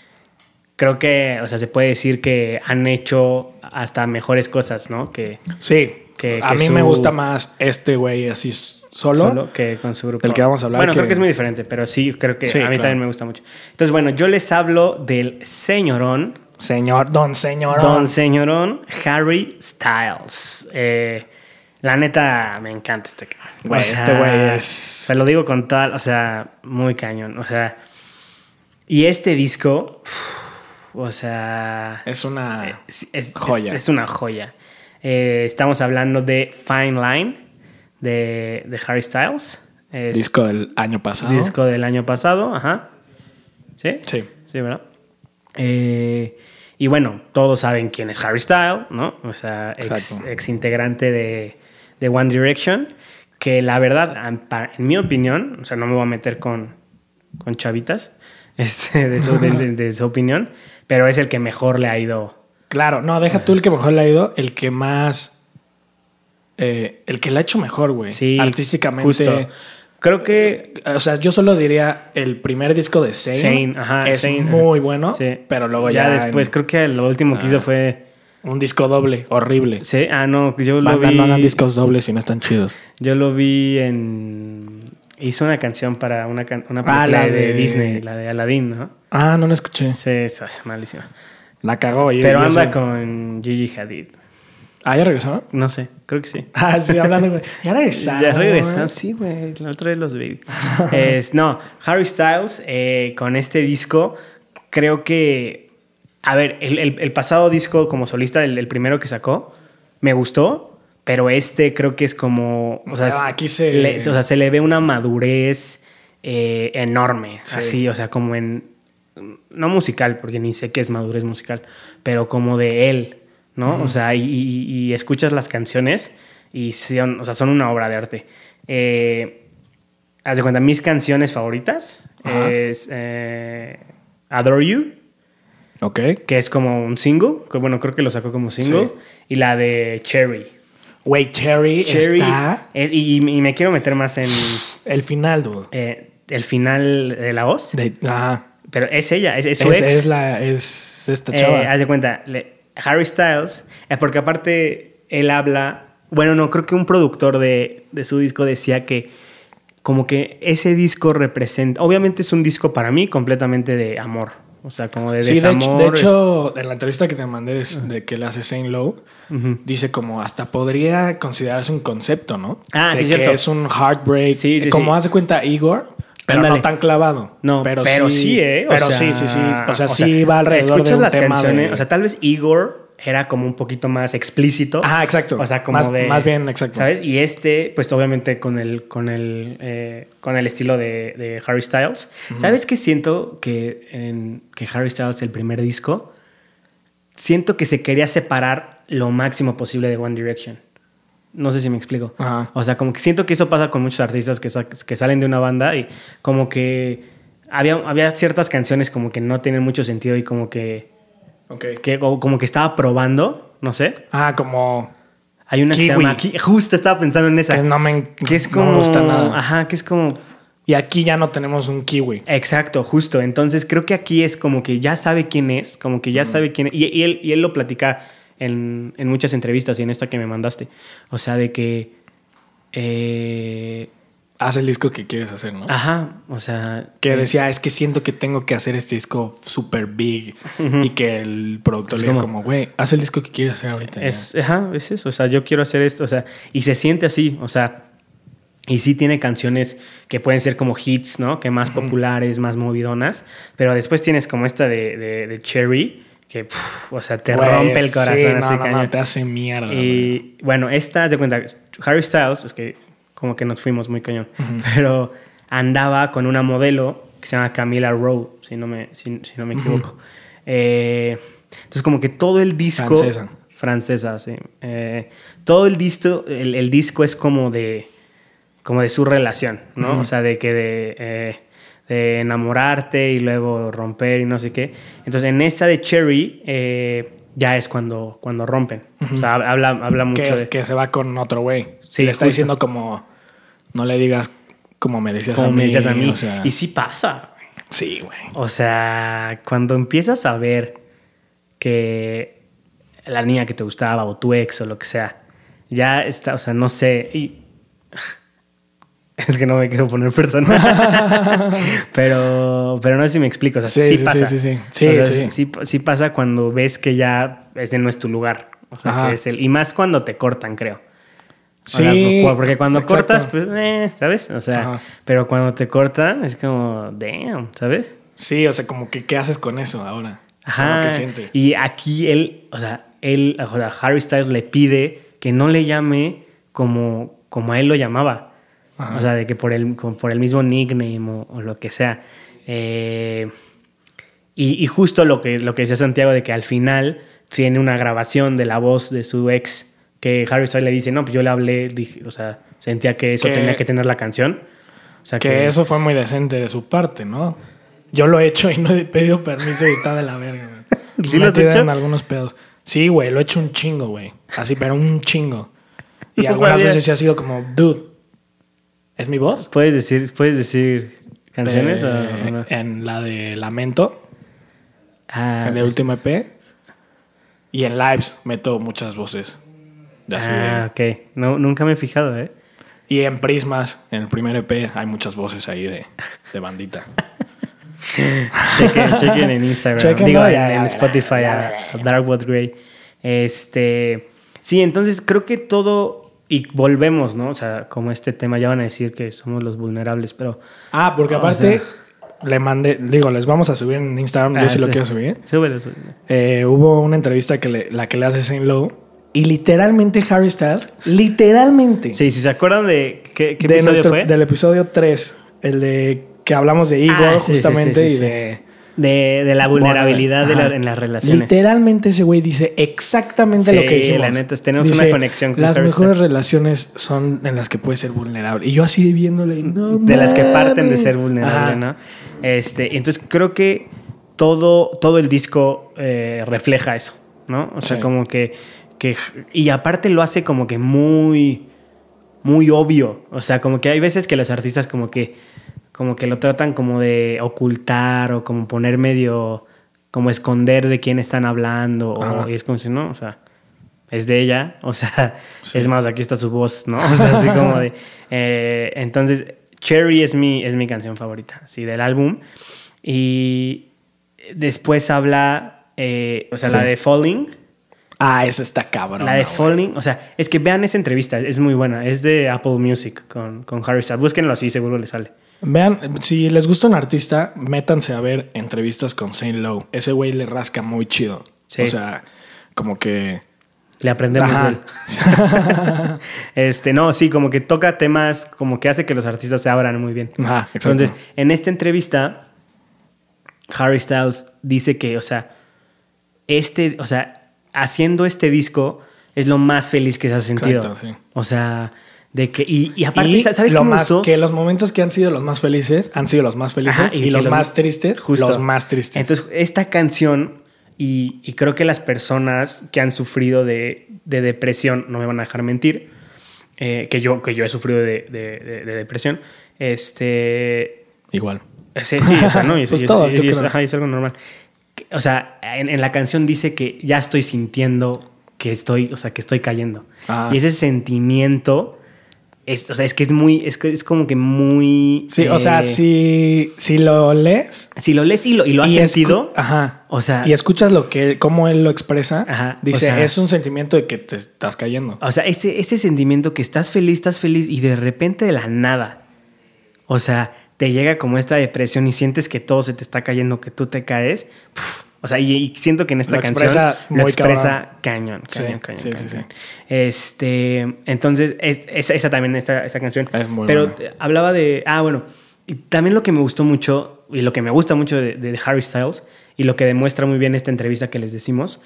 S2: Creo que, o sea, se puede decir que han hecho hasta mejores cosas, ¿no? Que.
S1: Sí.
S2: Que-
S1: a
S2: que
S1: mí
S2: su-
S1: me gusta más este güey así s- solo.
S2: que con su grupo.
S1: Del que vamos a hablar,
S2: Bueno,
S1: que-
S2: creo que es muy diferente, pero sí, creo que
S1: Sí,
S2: a mí
S1: claro.
S2: también me gusta mucho. Entonces, bueno, yo les hablo del señorón,
S1: Señor, don señor.
S2: don señorón Harry Styles. Eh, la neta, me encanta este cabrón.
S1: Güey, este güey es-
S2: Se lo digo con tal, o sea, muy cañón. O sea, y este disco, uf, o sea...
S1: Es una
S2: Es, es-
S1: Joya.
S2: es- es una joya. Eh, estamos hablando de Fine Line de, de Harry Styles. Es
S1: disco del año pasado.
S2: disco del año pasado. Ajá. ¿Sí?
S1: Ah, Sí.
S2: Sí, ¿verdad? Eh, y bueno, todos saben quién es Harry Styles, ¿no? O sea, ex,
S1: Exacto.
S2: ex integrante de, de One Direction. Que la verdad, a- pa- en mi opinión, o sea, no me voy a meter con, con chavitas este, de, su, de- de- de su opinión, pero es el que mejor le ha ido
S1: Claro, no, deja tú el que mejor le ha ido, el que más. eh, el que le ha hecho mejor, güey.
S2: Sí,
S1: Artísticamente.
S2: justo. Creo que
S1: eh, O sea, yo solo diría el primer disco de Zane.
S2: Zane, ajá,
S1: es
S2: Zane,
S1: muy
S2: ajá.
S1: bueno,
S2: sí.
S1: pero luego ya, Ah.
S2: después creo que lo último que hizo fue
S1: en un disco doble, horrible.
S2: sí, ah no, yo lo
S1: Banda,
S2: vi
S1: No hagan discos dobles si no están chidos.
S2: Yo lo vi en hizo una canción para una can- una película
S1: Ah, la
S2: de,
S1: de-
S2: Disney, la de Aladdin, ¿no?
S1: Ah, no lo escuché.
S2: Sí, esa es malísima.
S1: La cagó. yo-
S2: Pero
S1: yo
S2: anda
S1: sé.
S2: con Gigi Hadid.
S1: Ah, ya regresaron.
S2: No sé, creo que sí.
S1: Ah, sí, hablando, güey. Ya regresaron.
S2: Ya regresan, sí, güey. La otra vez los vi. Es- no, Harry Styles eh, con este disco, creo que. A ver, el, el- el pasado disco como solista, el, el primero que sacó, me gustó, pero este creo que es como. O sea,
S1: Ah, aquí se-
S2: le- o sea, se le ve una madurez eh, enorme.
S1: Sí.
S2: Así, o sea, como en. No musical, porque ni sé qué es madurez musical, pero como de él, ¿no? O sea, y, y- y escuchas las canciones y son, o sea, son una obra de arte. Eh, haz de cuenta, mis canciones favoritas
S1: Ajá.
S2: es eh, Adore You,
S1: Ok.
S2: que es como un single, que bueno, creo que lo sacó como single,
S1: Sí.
S2: y la de Cherry.
S1: Güey, Cherry,
S2: Cherry.
S1: está
S2: es- y, y me quiero meter más en
S1: el final, dude.
S2: eh, el final de la voz,
S1: De- ajá.
S2: pero es ella, es, es su
S1: es,
S2: ex.
S1: es la, es esta
S2: Eh,
S1: chava.
S2: haz de cuenta, le- Harry Styles, eh, porque aparte él habla, bueno, no, creo que un productor de, de su disco decía que como que ese disco representa, obviamente es un disco para mí completamente de amor, o sea, como de
S1: sí, de hecho,
S2: desamor. eh.
S1: de hecho, en la entrevista que te mandé es de que le hace Saint Low,
S2: Ujú.
S1: dice como hasta podría considerarse un concepto, ¿no?
S2: Ah,
S1: De
S2: sí,
S1: que
S2: cierto.
S1: Es un heartbreak. Eh,
S2: Sí, sí,
S1: como
S2: sí.
S1: haz de cuenta Igor, pero
S2: Ándale.
S1: no tan clavado.
S2: No, pero, sí, ¿eh? O
S1: pero
S2: sea,
S1: sí, sí, sí. O sea, sí va alrededor
S2: escuchas
S1: de un
S2: las
S1: tema
S2: canciones,
S1: de-
S2: o sea, tal vez Igor era como un poquito más explícito.
S1: Ajá, exacto.
S2: O sea, como
S1: más,
S2: de.
S1: Más bien, exacto.
S2: ¿Sabes? Y este, pues obviamente con el, con el, eh, con el estilo de, de Harry Styles. ¿Sabes qué siento que, en, que Harry Styles, el primer disco, siento que se quería separar lo máximo posible de One Direction? No sé si me explico.
S1: Ajá.
S2: O sea, como que siento que eso pasa con muchos artistas que, sa- que salen de una banda y como que había, había ciertas canciones como que no tienen mucho sentido y como que,
S1: Ok.
S2: que- o como que estaba probando, no sé.
S1: Ah, como
S2: Hay una que se
S1: Kiwi.
S2: llama Ki- Justo estaba pensando en esa.
S1: que no me,
S2: que es
S1: no
S2: como.
S1: me gusta nada.
S2: Ajá, que es como.
S1: Y aquí ya no tenemos un kiwi.
S2: Exacto, justo. Entonces creo que aquí es como que ya sabe quién es, como que ya sabe quién es. Y, y él, y él lo platica en, en muchas entrevistas y en esta que me mandaste. O sea, de que. eh,
S1: Haz el disco que quieres hacer, ¿no?
S2: ajá, o sea.
S1: Que
S2: es-
S1: decía, es que siento que tengo que hacer este disco super big. Y que el productor
S2: Es
S1: le dijo
S2: como-
S1: como, güey, haz el disco que quieres hacer ahorita. ya".
S2: Es, ajá, es eso. O sea, yo quiero hacer esto. O sea, y se siente así. O sea, y sí tiene canciones que pueden ser como hits, ¿no? Que más populares, más movidonas. Pero después tienes como esta de, de- de Cherry, que, puf, o sea, te
S1: Güey,
S2: rompe el corazón.
S1: sí, no,
S2: así
S1: no, no,
S2: cañón.
S1: te hace mierda. güey.
S2: y bueno, esta, haz de cuenta, Harry Styles, es que como que nos fuimos muy cañón. Pero andaba con una modelo que se llama Camila Rowe, si no me, si, si no me equivoco. Eh, entonces, como que todo el disco.
S1: Francesa.
S2: Francesa, sí. Eh, todo el disco, el, el disco es como de. como de su relación, ¿no? O sea, de que de. eh, de enamorarte y luego romper y no sé qué. Entonces, en esta de Cherry, eh, ya es cuando, cuando rompen. O sea, hab- habla, habla mucho
S1: Que, es-
S2: de.
S1: que se va con otro güey.
S2: Sí,
S1: Sí, le está
S2: justo.
S1: diciendo como, no le digas como me decías
S2: como
S1: a mí.
S2: me decías a mí.
S1: o sea,
S2: Y sí pasa. güey.
S1: sí, güey.
S2: O sea, cuando empiezas a ver que la niña que te gustaba o tu ex o lo que sea, ya está, o sea, no sé. Y... Es que no me quiero poner personal. pero, pero no sé si me explico. O sea, sí,
S1: Sí, sí,
S2: pasa.
S1: sí, sí, sí. Sí,
S2: O sea,
S1: sí.
S2: sí- sí pasa cuando ves que ya ese no es tu lugar. O sea,
S1: Ajá.
S2: que es el, y más cuando te cortan, creo. O sea,
S1: Sí.
S2: cu- porque cuando
S1: exacto.
S2: cortas, pues, eh, ¿sabes? O sea,
S1: Ajá.
S2: pero cuando te cortan es como, damn, ¿sabes?
S1: Sí, o sea, como que qué haces con eso ahora.
S2: Ajá.
S1: Como que sientes.
S2: Y aquí él, o sea, él, o sea, Harry Styles le pide que no le llame como, como a él lo llamaba.
S1: Ajá.
S2: O sea, de que por el, como por el mismo nickname o, o lo que sea. Eh, y, y justo lo que, lo que decía Santiago de que al final tiene una grabación de la voz de su ex que Harry Styles le dice, no, pues yo le hablé, dije, o sea, sentía que eso
S1: Que-
S2: tenía que tener la canción. O sea,
S1: que eso fue muy decente de su parte, ¿no? Yo lo he hecho y no he pedido permiso y está de la verga. güey.
S2: ¿Sí
S1: Me
S2: lo has
S1: tiran
S2: hecho?
S1: algunos pedos. Sí, güey, lo he hecho un chingo, güey. Así, pero un chingo. Y
S2: No
S1: algunas
S2: sabía.
S1: veces sí ha sido como, dude, ¿es mi voz?
S2: ¿Puedes decir, puedes decir canciones
S1: Eh,
S2: o no?
S1: En la de Lamento,
S2: Ah,
S1: en el último EP. Y en lives meto muchas voces. De así de-
S2: Ah, ok. No, nunca me he fijado, ¿eh?
S1: Y en Prismas, en el primer EP, hay muchas voces ahí de, de bandita.
S2: Chequen, chequen en Instagram.
S1: Chequen,
S2: Digo,
S1: ¿no?
S2: en,
S1: Ya,
S2: en
S1: ya,
S2: Spotify, a, a Dark What Grey. Este. Sí, entonces creo que todo. Y volvemos, ¿no? O sea, como este tema, ya van a decir que somos los vulnerables, pero.
S1: Ah, porque
S2: O
S1: aparte le mandé, digo, les vamos a subir en Instagram, yo
S2: Ah,
S1: sí lo quiero subir.
S2: Súbelo, súbelo.
S1: Eh, hubo una entrevista que le- la que le hace Saint Low y literalmente Harry Styles, literalmente,
S2: Sí, si se acuerdan de. ¿Qué, qué
S1: de
S2: episodio
S1: nuestro-
S2: fue?
S1: del episodio 3, el de que hablamos de Igor
S2: Ah, sí, sí, sí,
S1: justamente
S2: sí,
S1: y
S2: sí.
S1: de...
S2: De, de la vulnerabilidad de la-
S1: Ajá.
S2: en las relaciones.
S1: Literalmente ese güey dice exactamente
S2: Sí,
S1: lo que dijimos.
S2: la neta, tenemos una conexión con
S1: Las
S2: Harry
S1: mejores
S2: Styles".
S1: relaciones son en las que puedes ser vulnerable. Y yo así viéndole, no
S2: de las que parten de
S1: mames.
S2: ser vulnerable,
S1: Ajá.
S2: ¿no? Este, entonces creo que todo, todo el disco eh, refleja eso, ¿no? O sea,
S1: Sí.
S2: como que, que. Y aparte lo hace como que muy. Muy obvio. O sea, como que hay veces que los artistas como que. Como que lo tratan como de ocultar o como poner medio. Como esconder de quién están hablando. O,
S1: Ajá.
S2: y es como si no, o sea es de ella, o sea, es más, aquí está su voz, ¿no? O sea, así como de... eh, entonces, Cherry es mi, es mi canción favorita, sí, del álbum. Y después habla, eh, o sea, la
S1: Sí.
S2: de Falling.
S1: Ah, esa está cabrón.
S2: la de
S1: güey.
S2: Falling, o sea, es que vean esa entrevista, es muy buena, es de Apple Music con, con Harry Styles. Búsquenlo así, seguro les sale.
S1: Vean, si les gusta un artista, métanse a ver entrevistas con Saint Low. Ese güey le rasca muy chido.
S2: Sí.
S1: O sea, como que.
S2: Le aprendemos
S1: Ajá.
S2: de él. Este, no, sí, como que toca temas, como que hace que los artistas se abran muy bien.
S1: Ajá, exacto.
S2: Entonces, en esta entrevista, Harry Styles dice que, o sea, este, o sea, haciendo este disco es lo más feliz que se ha sentido.
S1: Exacto, sí.
S2: O sea, de que, y, y aparte,
S1: Y
S2: ¿sabes
S1: lo
S2: qué me
S1: más,
S2: gustó?
S1: que los momentos que han sido los más felices han sido los más felices
S2: Ajá,
S1: y,
S2: que
S1: los más tristes,
S2: justo.
S1: los más tristes.
S2: Entonces, esta canción, y, y creo que las personas que han sufrido de, de depresión, no me van a dejar mentir, eh, que, yo, que yo he sufrido de, de- de- de depresión, este...
S1: Igual.
S2: Sí, sí, o sea, no, y eso-
S1: Pues
S2: y eso-
S1: todo,
S2: y
S1: yo
S2: eso-
S1: creo.
S2: ajá, y es algo normal. Que- O sea, en, en la canción dice que ya estoy sintiendo que estoy, o sea, que estoy cayendo.
S1: Ah.
S2: Y ese sentimiento, es, o sea, es que es muy, es, que es como que muy...
S1: Sí, o sea,
S2: eh,
S1: si, si lo lees.
S2: Si lo lees y lo, y lo has
S1: y escu-
S2: sentido,
S1: Ajá.
S2: o sea,
S1: Y escuchas lo que, cómo él lo expresa.
S2: Ajá, o
S1: Dice,
S2: sea-
S1: es un sentimiento de que te estás cayendo.
S2: o sea ese, ese sentimiento que estás feliz, estás feliz y de repente de la nada, o sea, te llega como esta depresión y sientes que todo se te está cayendo, que tú te caes, puf, O sea, y, y siento que en esta
S1: Lo
S2: canción
S1: expresa
S2: lo
S1: muy
S2: expresa cañón,
S1: Sí,
S2: cañón, cañón.
S1: sí, sí,
S2: cañón. Este, entonces, es- esa, esa también, esta, esta canción.
S1: Es muy
S2: Pero
S1: buena.
S2: eh, hablaba de. Ah, bueno. Y también lo que me gustó mucho, y lo que me gusta mucho de, de- de Harry Styles, y lo que demuestra muy bien esta entrevista que les decimos,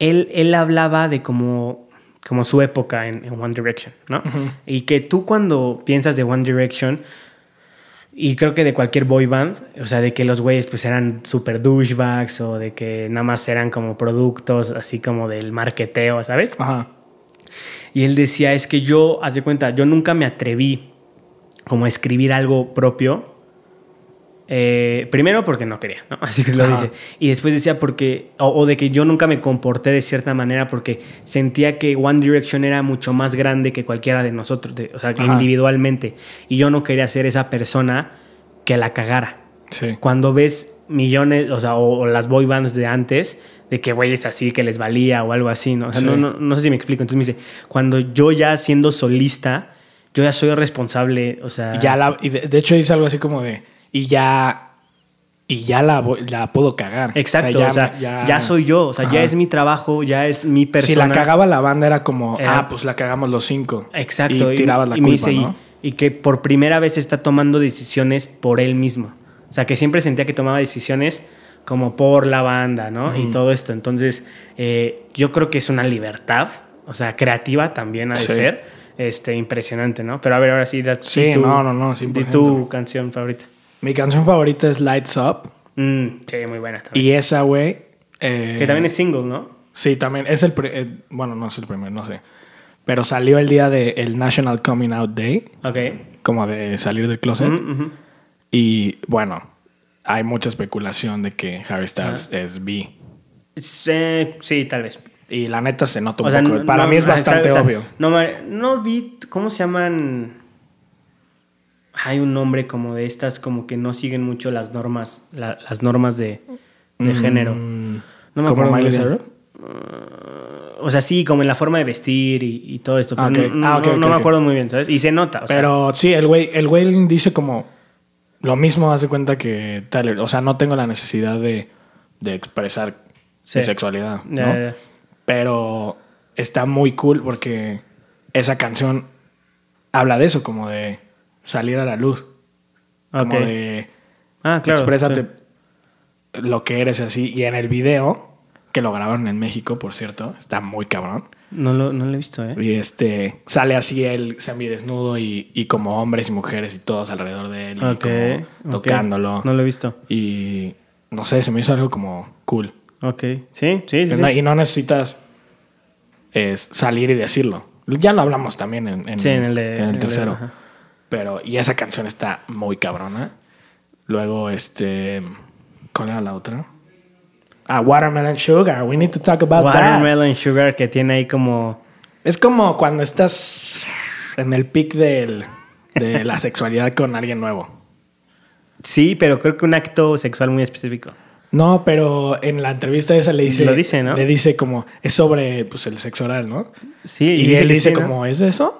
S2: él, él hablaba de como, como su época en, en One Direction, ¿no? Y que tú cuando piensas de One Direction, y creo que de cualquier boy band, o sea, de que los güeyes pues eran super douchebags o de que nada más eran como productos así como del marqueteo, ¿sabes?
S1: Ajá.
S2: Y él decía, es que yo, haz de cuenta, yo nunca me atreví como a escribir algo propio. Eh, primero porque no quería, ¿no? Así que lo
S1: Ajá.
S2: dice. Y después decía porque, o, o de que yo nunca me comporté de cierta manera porque sentía que One Direction era mucho más grande que cualquiera de nosotros, de- o sea, que
S1: Ajá.
S2: individualmente. Y yo no quería ser esa persona que la cagara
S1: Sí.
S2: cuando ves millones, o sea, o, o las boy bands de antes, de que güeyes así, que les valía o algo así, ¿no? O sea,
S1: Sí.
S2: no, no, no sé si me explico. Entonces me dice, cuando yo ya siendo solista, yo ya soy responsable, o sea...
S1: Y ya la, y de, de hecho dice algo así como de, y ya, y ya la, voy- la puedo cagar.
S2: Exacto, o sea, ya, soy yo, o sea, ya
S1: Ajá.
S2: es mi trabajo, ya es mi persona.
S1: Si la cagaba la banda era como,
S2: Era-
S1: ah, pues la cagamos los cinco.
S2: Eh. Exacto.
S1: Y tirabas la
S2: y me
S1: culpa,
S2: dice, y-
S1: ¿no?
S2: y, que por primera vez está tomando decisiones por él mismo. O sea, que siempre sentía que tomaba decisiones como por la banda, ¿no? Y todo esto. Entonces, eh, yo creo que es una libertad, o sea, creativa también ha de
S1: Sí.
S2: ser. Este, impresionante, ¿no? Pero a ver, ahora sí, da
S1: Sí,
S2: di tu-
S1: no, no, no,
S2: di
S1: 100%.
S2: tu canción favorita.
S1: Mi canción favorita es Lights Up.
S2: Mm, sí, muy buena también.
S1: Y esa, güey... eh,
S2: que también es single, ¿no?
S1: Sí, también. Es el... pri- eh, bueno, no es el primer, no sé. Pero salió el día del el National Coming Out Day.
S2: Ok.
S1: Como de salir del closet.
S2: Mm, ujú.
S1: Y bueno, hay mucha especulación de que Harry Styles
S2: Ah.
S1: es bi.
S2: Sí, sí, tal vez.
S1: Y la neta se nota un
S2: O sea,
S1: poco.
S2: no-
S1: Para
S2: no-
S1: mí es bastante
S2: o sea,
S1: obvio.
S2: No, ma- no vi, ¿cómo se llaman? Hay un nombre como de estas, como que no siguen mucho las normas, la- las normas de, de género. No me
S1: Mm, ¿Como
S2: acuerdo muy
S1: Miley
S2: bien.
S1: Cyrus?
S2: O sea, sí, como en la forma de vestir y, y todo esto. pero
S1: Ah, ok.
S2: no- No,
S1: Ah, ok,
S2: no-
S1: ok,
S2: no me
S1: ok.
S2: acuerdo muy bien, ¿sabes? Y se nota. o sea,
S1: Pero sí, el güey, el güey dice como lo mismo hace cuenta que Tyler. O sea, no tengo la necesidad de, de expresar
S2: Sí.
S1: mi sexualidad. ¿no?
S2: ya, ya, ya.
S1: Pero está muy cool porque esa canción habla de eso, como de salir a la luz. Como
S2: Ok.
S1: de
S2: Ah, claro.
S1: Exprésate
S2: sí.
S1: lo que eres y así. Y en el video, que lo grabaron en México, por cierto, está muy cabrón.
S2: No, lo, no lo he visto, ¿eh?
S1: Y este sale así él semidesnudo y, y como hombres y mujeres y todos alrededor de él, y
S2: Ok,
S1: como
S2: ok.
S1: tocándolo.
S2: No lo he visto.
S1: Y no sé, se me hizo algo como cool.
S2: Ok. Sí, sí, sí.
S1: No-
S2: sí.
S1: Y no necesitas es, salir y decirlo. Ya lo hablamos también en, en-
S2: Sí, en el de-
S1: en
S2: en el de-
S1: tercero.
S2: ajá.
S1: Pero, y esa canción está muy cabrona. Luego, este. ¿Cuál era la otra? Ah, Watermelon Sugar. We need to talk about that.
S2: Watermelon Sugar que tiene ahí como...
S1: Es como cuando estás en el pic del, de la sexualidad con alguien nuevo.
S2: Sí, pero creo que un acto sexual muy específico.
S1: No, pero en la entrevista esa le dice.
S2: Lo dice, ¿no?
S1: Le dice como. Es sobre pues, el sexo oral, ¿no?
S2: Sí,
S1: Y,
S2: que
S1: él dice
S2: sí, ¿no?
S1: como, ¿es eso?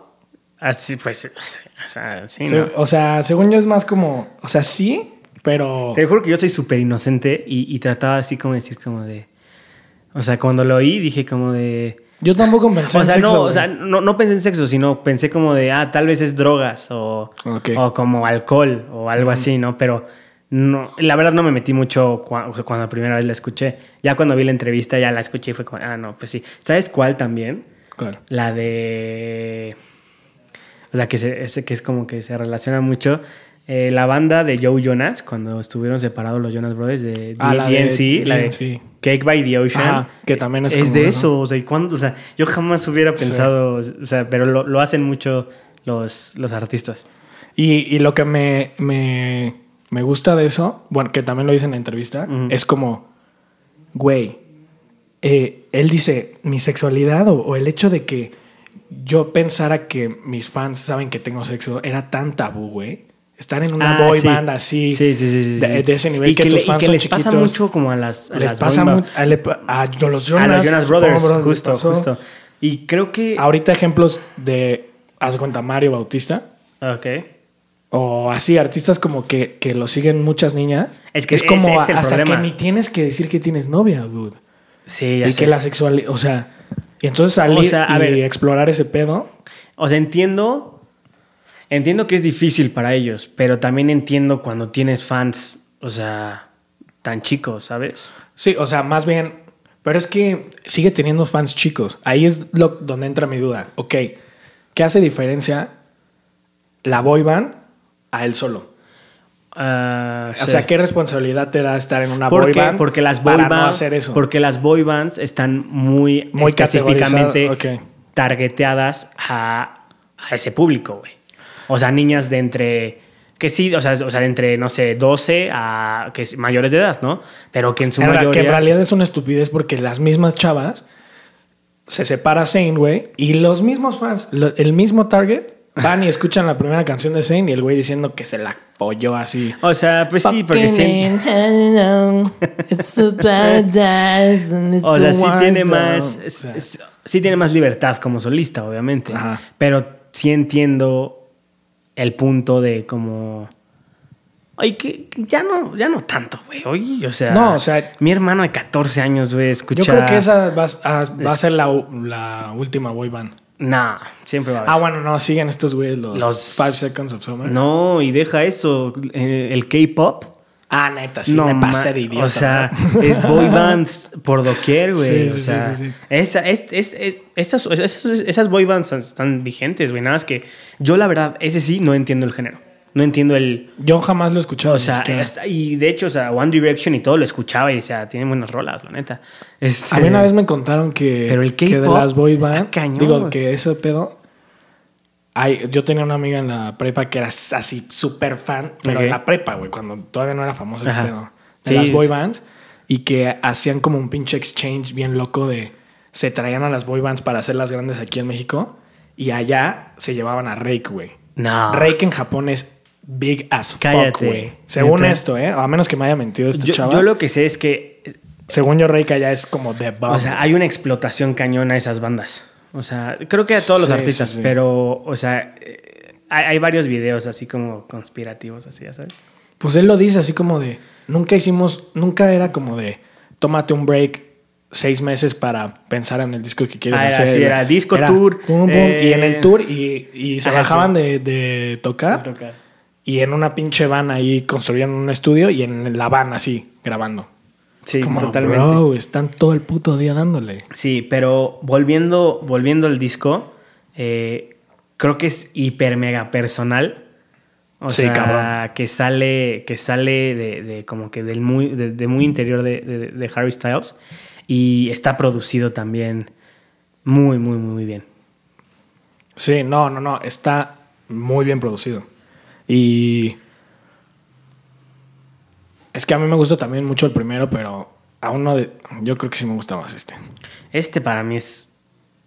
S2: Así, pues, o sea, sí,
S1: Se-
S2: ¿no?
S1: O sea, según yo es más como, o sea, sí, pero
S2: Te juro que yo soy súper inocente y, y trataba así como decir como de... O sea, cuando lo oí dije como de...
S1: yo tampoco pensé
S2: O
S1: en
S2: sea,
S1: sexo.
S2: no, o
S1: güey.
S2: sea, no, no pensé en sexo, sino pensé como de, ah, tal vez es drogas o,
S1: Ok.
S2: o como alcohol o algo así, ¿no? Pero no, la verdad no me metí mucho cua- o sea, cuando la primera vez la escuché. Ya cuando vi la entrevista ya la escuché y fue como, ah, no, pues sí. ¿Sabes cuál también?
S1: Claro.
S2: La de. O sea, que, se- ese que es como que se relaciona mucho. Eh, la banda de Joe Jonas, cuando estuvieron separados los Jonas Brothers de
S1: Ah, la de
S2: DNC, la de
S1: DNC.
S2: Cake by the Ocean.
S1: Ajá, que también es como
S2: de
S1: eso.
S2: eso. O sea, ¿y cuándo? O sea, yo jamás hubiera pensado. O sea, pero lo, lo hacen mucho los, los artistas.
S1: Y, y lo que me, me, me gusta de eso, bueno, que también lo dice en la entrevista,
S2: Ujú.
S1: es como, güey, eh, él dice, mi sexualidad o, o el hecho de que yo pensara que mis fans saben que tengo sexo era tan tabú, güey. Estar en una
S2: Ah,
S1: boy
S2: sí.
S1: band así,
S2: Sí, sí, sí, sí,
S1: de,
S2: sí.
S1: de ese nivel
S2: Y
S1: que,
S2: que, le-
S1: tus
S2: y
S1: fans
S2: que
S1: son
S2: les pasa
S1: chiquitos,
S2: mucho como a las. A
S1: les
S2: las
S1: pasa
S2: boy band-
S1: mucho a, le pa- a los Jonas,
S2: a los Jonas Brothers,
S1: Brothers les
S2: justo,
S1: pasó.
S2: justo. Y creo que.
S1: Ahorita ejemplos de, haz de cuenta, Mario Bautista,
S2: Ok.
S1: O así, artistas como que, que lo siguen muchas niñas.
S2: Es que
S1: es como
S2: ese es el
S1: hasta
S2: problema.
S1: que ni tienes que decir que tienes novia, dude.
S2: Sí, ya
S1: y
S2: sé.
S1: que la sexualidad, o sea, y entonces salir
S2: O sea, a
S1: y
S2: ver.
S1: explorar ese pedo.
S2: O sea, entiendo. Entiendo que es difícil para ellos, pero también entiendo cuando tienes fans, o sea, tan chicos, ¿sabes?
S1: Sí, o sea, más bien, pero es que sigue teniendo fans chicos. Ahí es lo, donde entra mi duda. Ok, ¿qué hace diferencia la boy band a él solo?
S2: Ah,
S1: O
S2: sí.
S1: sea, ¿qué responsabilidad te da estar en una
S2: ¿Por
S1: boy
S2: qué?
S1: band
S2: Porque las boy
S1: para no
S2: bands,
S1: hacer eso?
S2: porque las boy bands están muy,
S1: Muy
S2: específicamente
S1: categorizadas, ok.
S2: targeteadas a, a ese público, güey. O sea, niñas de entre que sí, o sea, o sea, de entre no sé, 12 a que es- mayores de edad, ¿no? Pero que en su
S1: En ra-
S2: mayoría
S1: Que en realidad es una estupidez porque las mismas chavas se separa Zane, güey, y los mismos fans, lo- el mismo target, van y escuchan la primera canción de Zane y el güey diciendo que se la folló así.
S2: O sea, pues sí, porque sí. O sea, sí tiene más. s- s- Sí tiene más libertad como solista, obviamente.
S1: Ajá.
S2: Pero sí entiendo el punto de como. Ay, que ya no, ya no tanto, güey. Oye, o sea.
S1: No, o sea-
S2: Mi hermano de 14 años, güey, escucha.
S1: Yo creo que esa va a, a- va a ser la, u- la última boy band.
S2: Nah, siempre va a haber.
S1: Ah, bueno, no, siguen estos güeyes los,
S2: Los-
S1: Five Seconds of Summer.
S2: No, y deja eso. eh, El K-pop.
S1: Ah, neta, sí
S2: no,
S1: me
S2: ma-
S1: pasé de idiota.
S2: O sea,
S1: ¿no?
S2: es boy bands por doquier,
S1: Sí,
S2: güey. o
S1: sí, sí,
S2: sea,
S1: sí, sí.
S2: esa- es- es- es- estas, esas, esas boy bands están, están vigentes, güey. Nada más que yo, la verdad, ese sí no entiendo el género. No entiendo el.
S1: Yo jamás lo he escuchado.
S2: O sea,
S1: ni siquiera.
S2: esta- y de hecho, o sea, One Direction y todo lo escuchaba y decía, tienen buenas rolas, la neta. Este,
S1: A mí una vez me contaron que,
S2: Pero el
S1: que de
S2: K-pop
S1: las boy
S2: está
S1: band,
S2: cañón,
S1: digo
S2: güey.
S1: que ese pedo. Ay, yo tenía una amiga en la prepa que era así súper fan, pero
S2: Ok.
S1: en la prepa, güey, cuando todavía no era famoso el
S2: Ajá.
S1: pedo de
S2: Sí,
S1: las boy
S2: es-
S1: bands y que hacían como un pinche exchange bien loco de se traían a las boy bands para hacerlas grandes aquí en México y allá se llevaban a Rake, güey.
S2: No.
S1: Rake en Japón es big as fuck,
S2: Cállate.
S1: güey. Según
S2: Neta.
S1: esto, eh, a menos que me haya mentido este
S2: yo,
S1: chava.
S2: yo lo que sé es que.
S1: Según yo Rake allá es como the bomb.
S2: O sea, hay una explotación cañona a esas bandas. O sea, creo que a todos los
S1: Sí,
S2: artistas,
S1: sí, sí.
S2: pero, o sea, eh, hay, hay varios videos así como conspirativos, así, ya sabes.
S1: Pues él lo dice así como de, nunca hicimos, nunca era como de, tómate un break seis meses para pensar en el disco que quieres
S2: Ah, era
S1: hacer.
S2: así, era disco tour,
S1: pum, pum,
S2: eh,
S1: y en el tour y, y se
S2: ajá,
S1: bajaban
S2: sí.
S1: de, de tocar y en una pinche van ahí construían un estudio y en la van así grabando.
S2: Sí,
S1: como,
S2: totalmente.
S1: "Bro, están todo el puto día dándole.
S2: Sí, pero volviendo, volviendo al disco, eh, creo que es hiper mega personal. O
S1: Sí,
S2: sea,
S1: cabrón.
S2: que sale, que sale de, de como que del muy, de, de muy interior de, de- de Harry Styles. Y está producido también muy, muy, muy bien.
S1: Sí, no, no, no, está muy bien producido. Y es que a mí me gusta también mucho el primero, pero aún no, de- yo creo que sí me gusta más este.
S2: Este para mí es.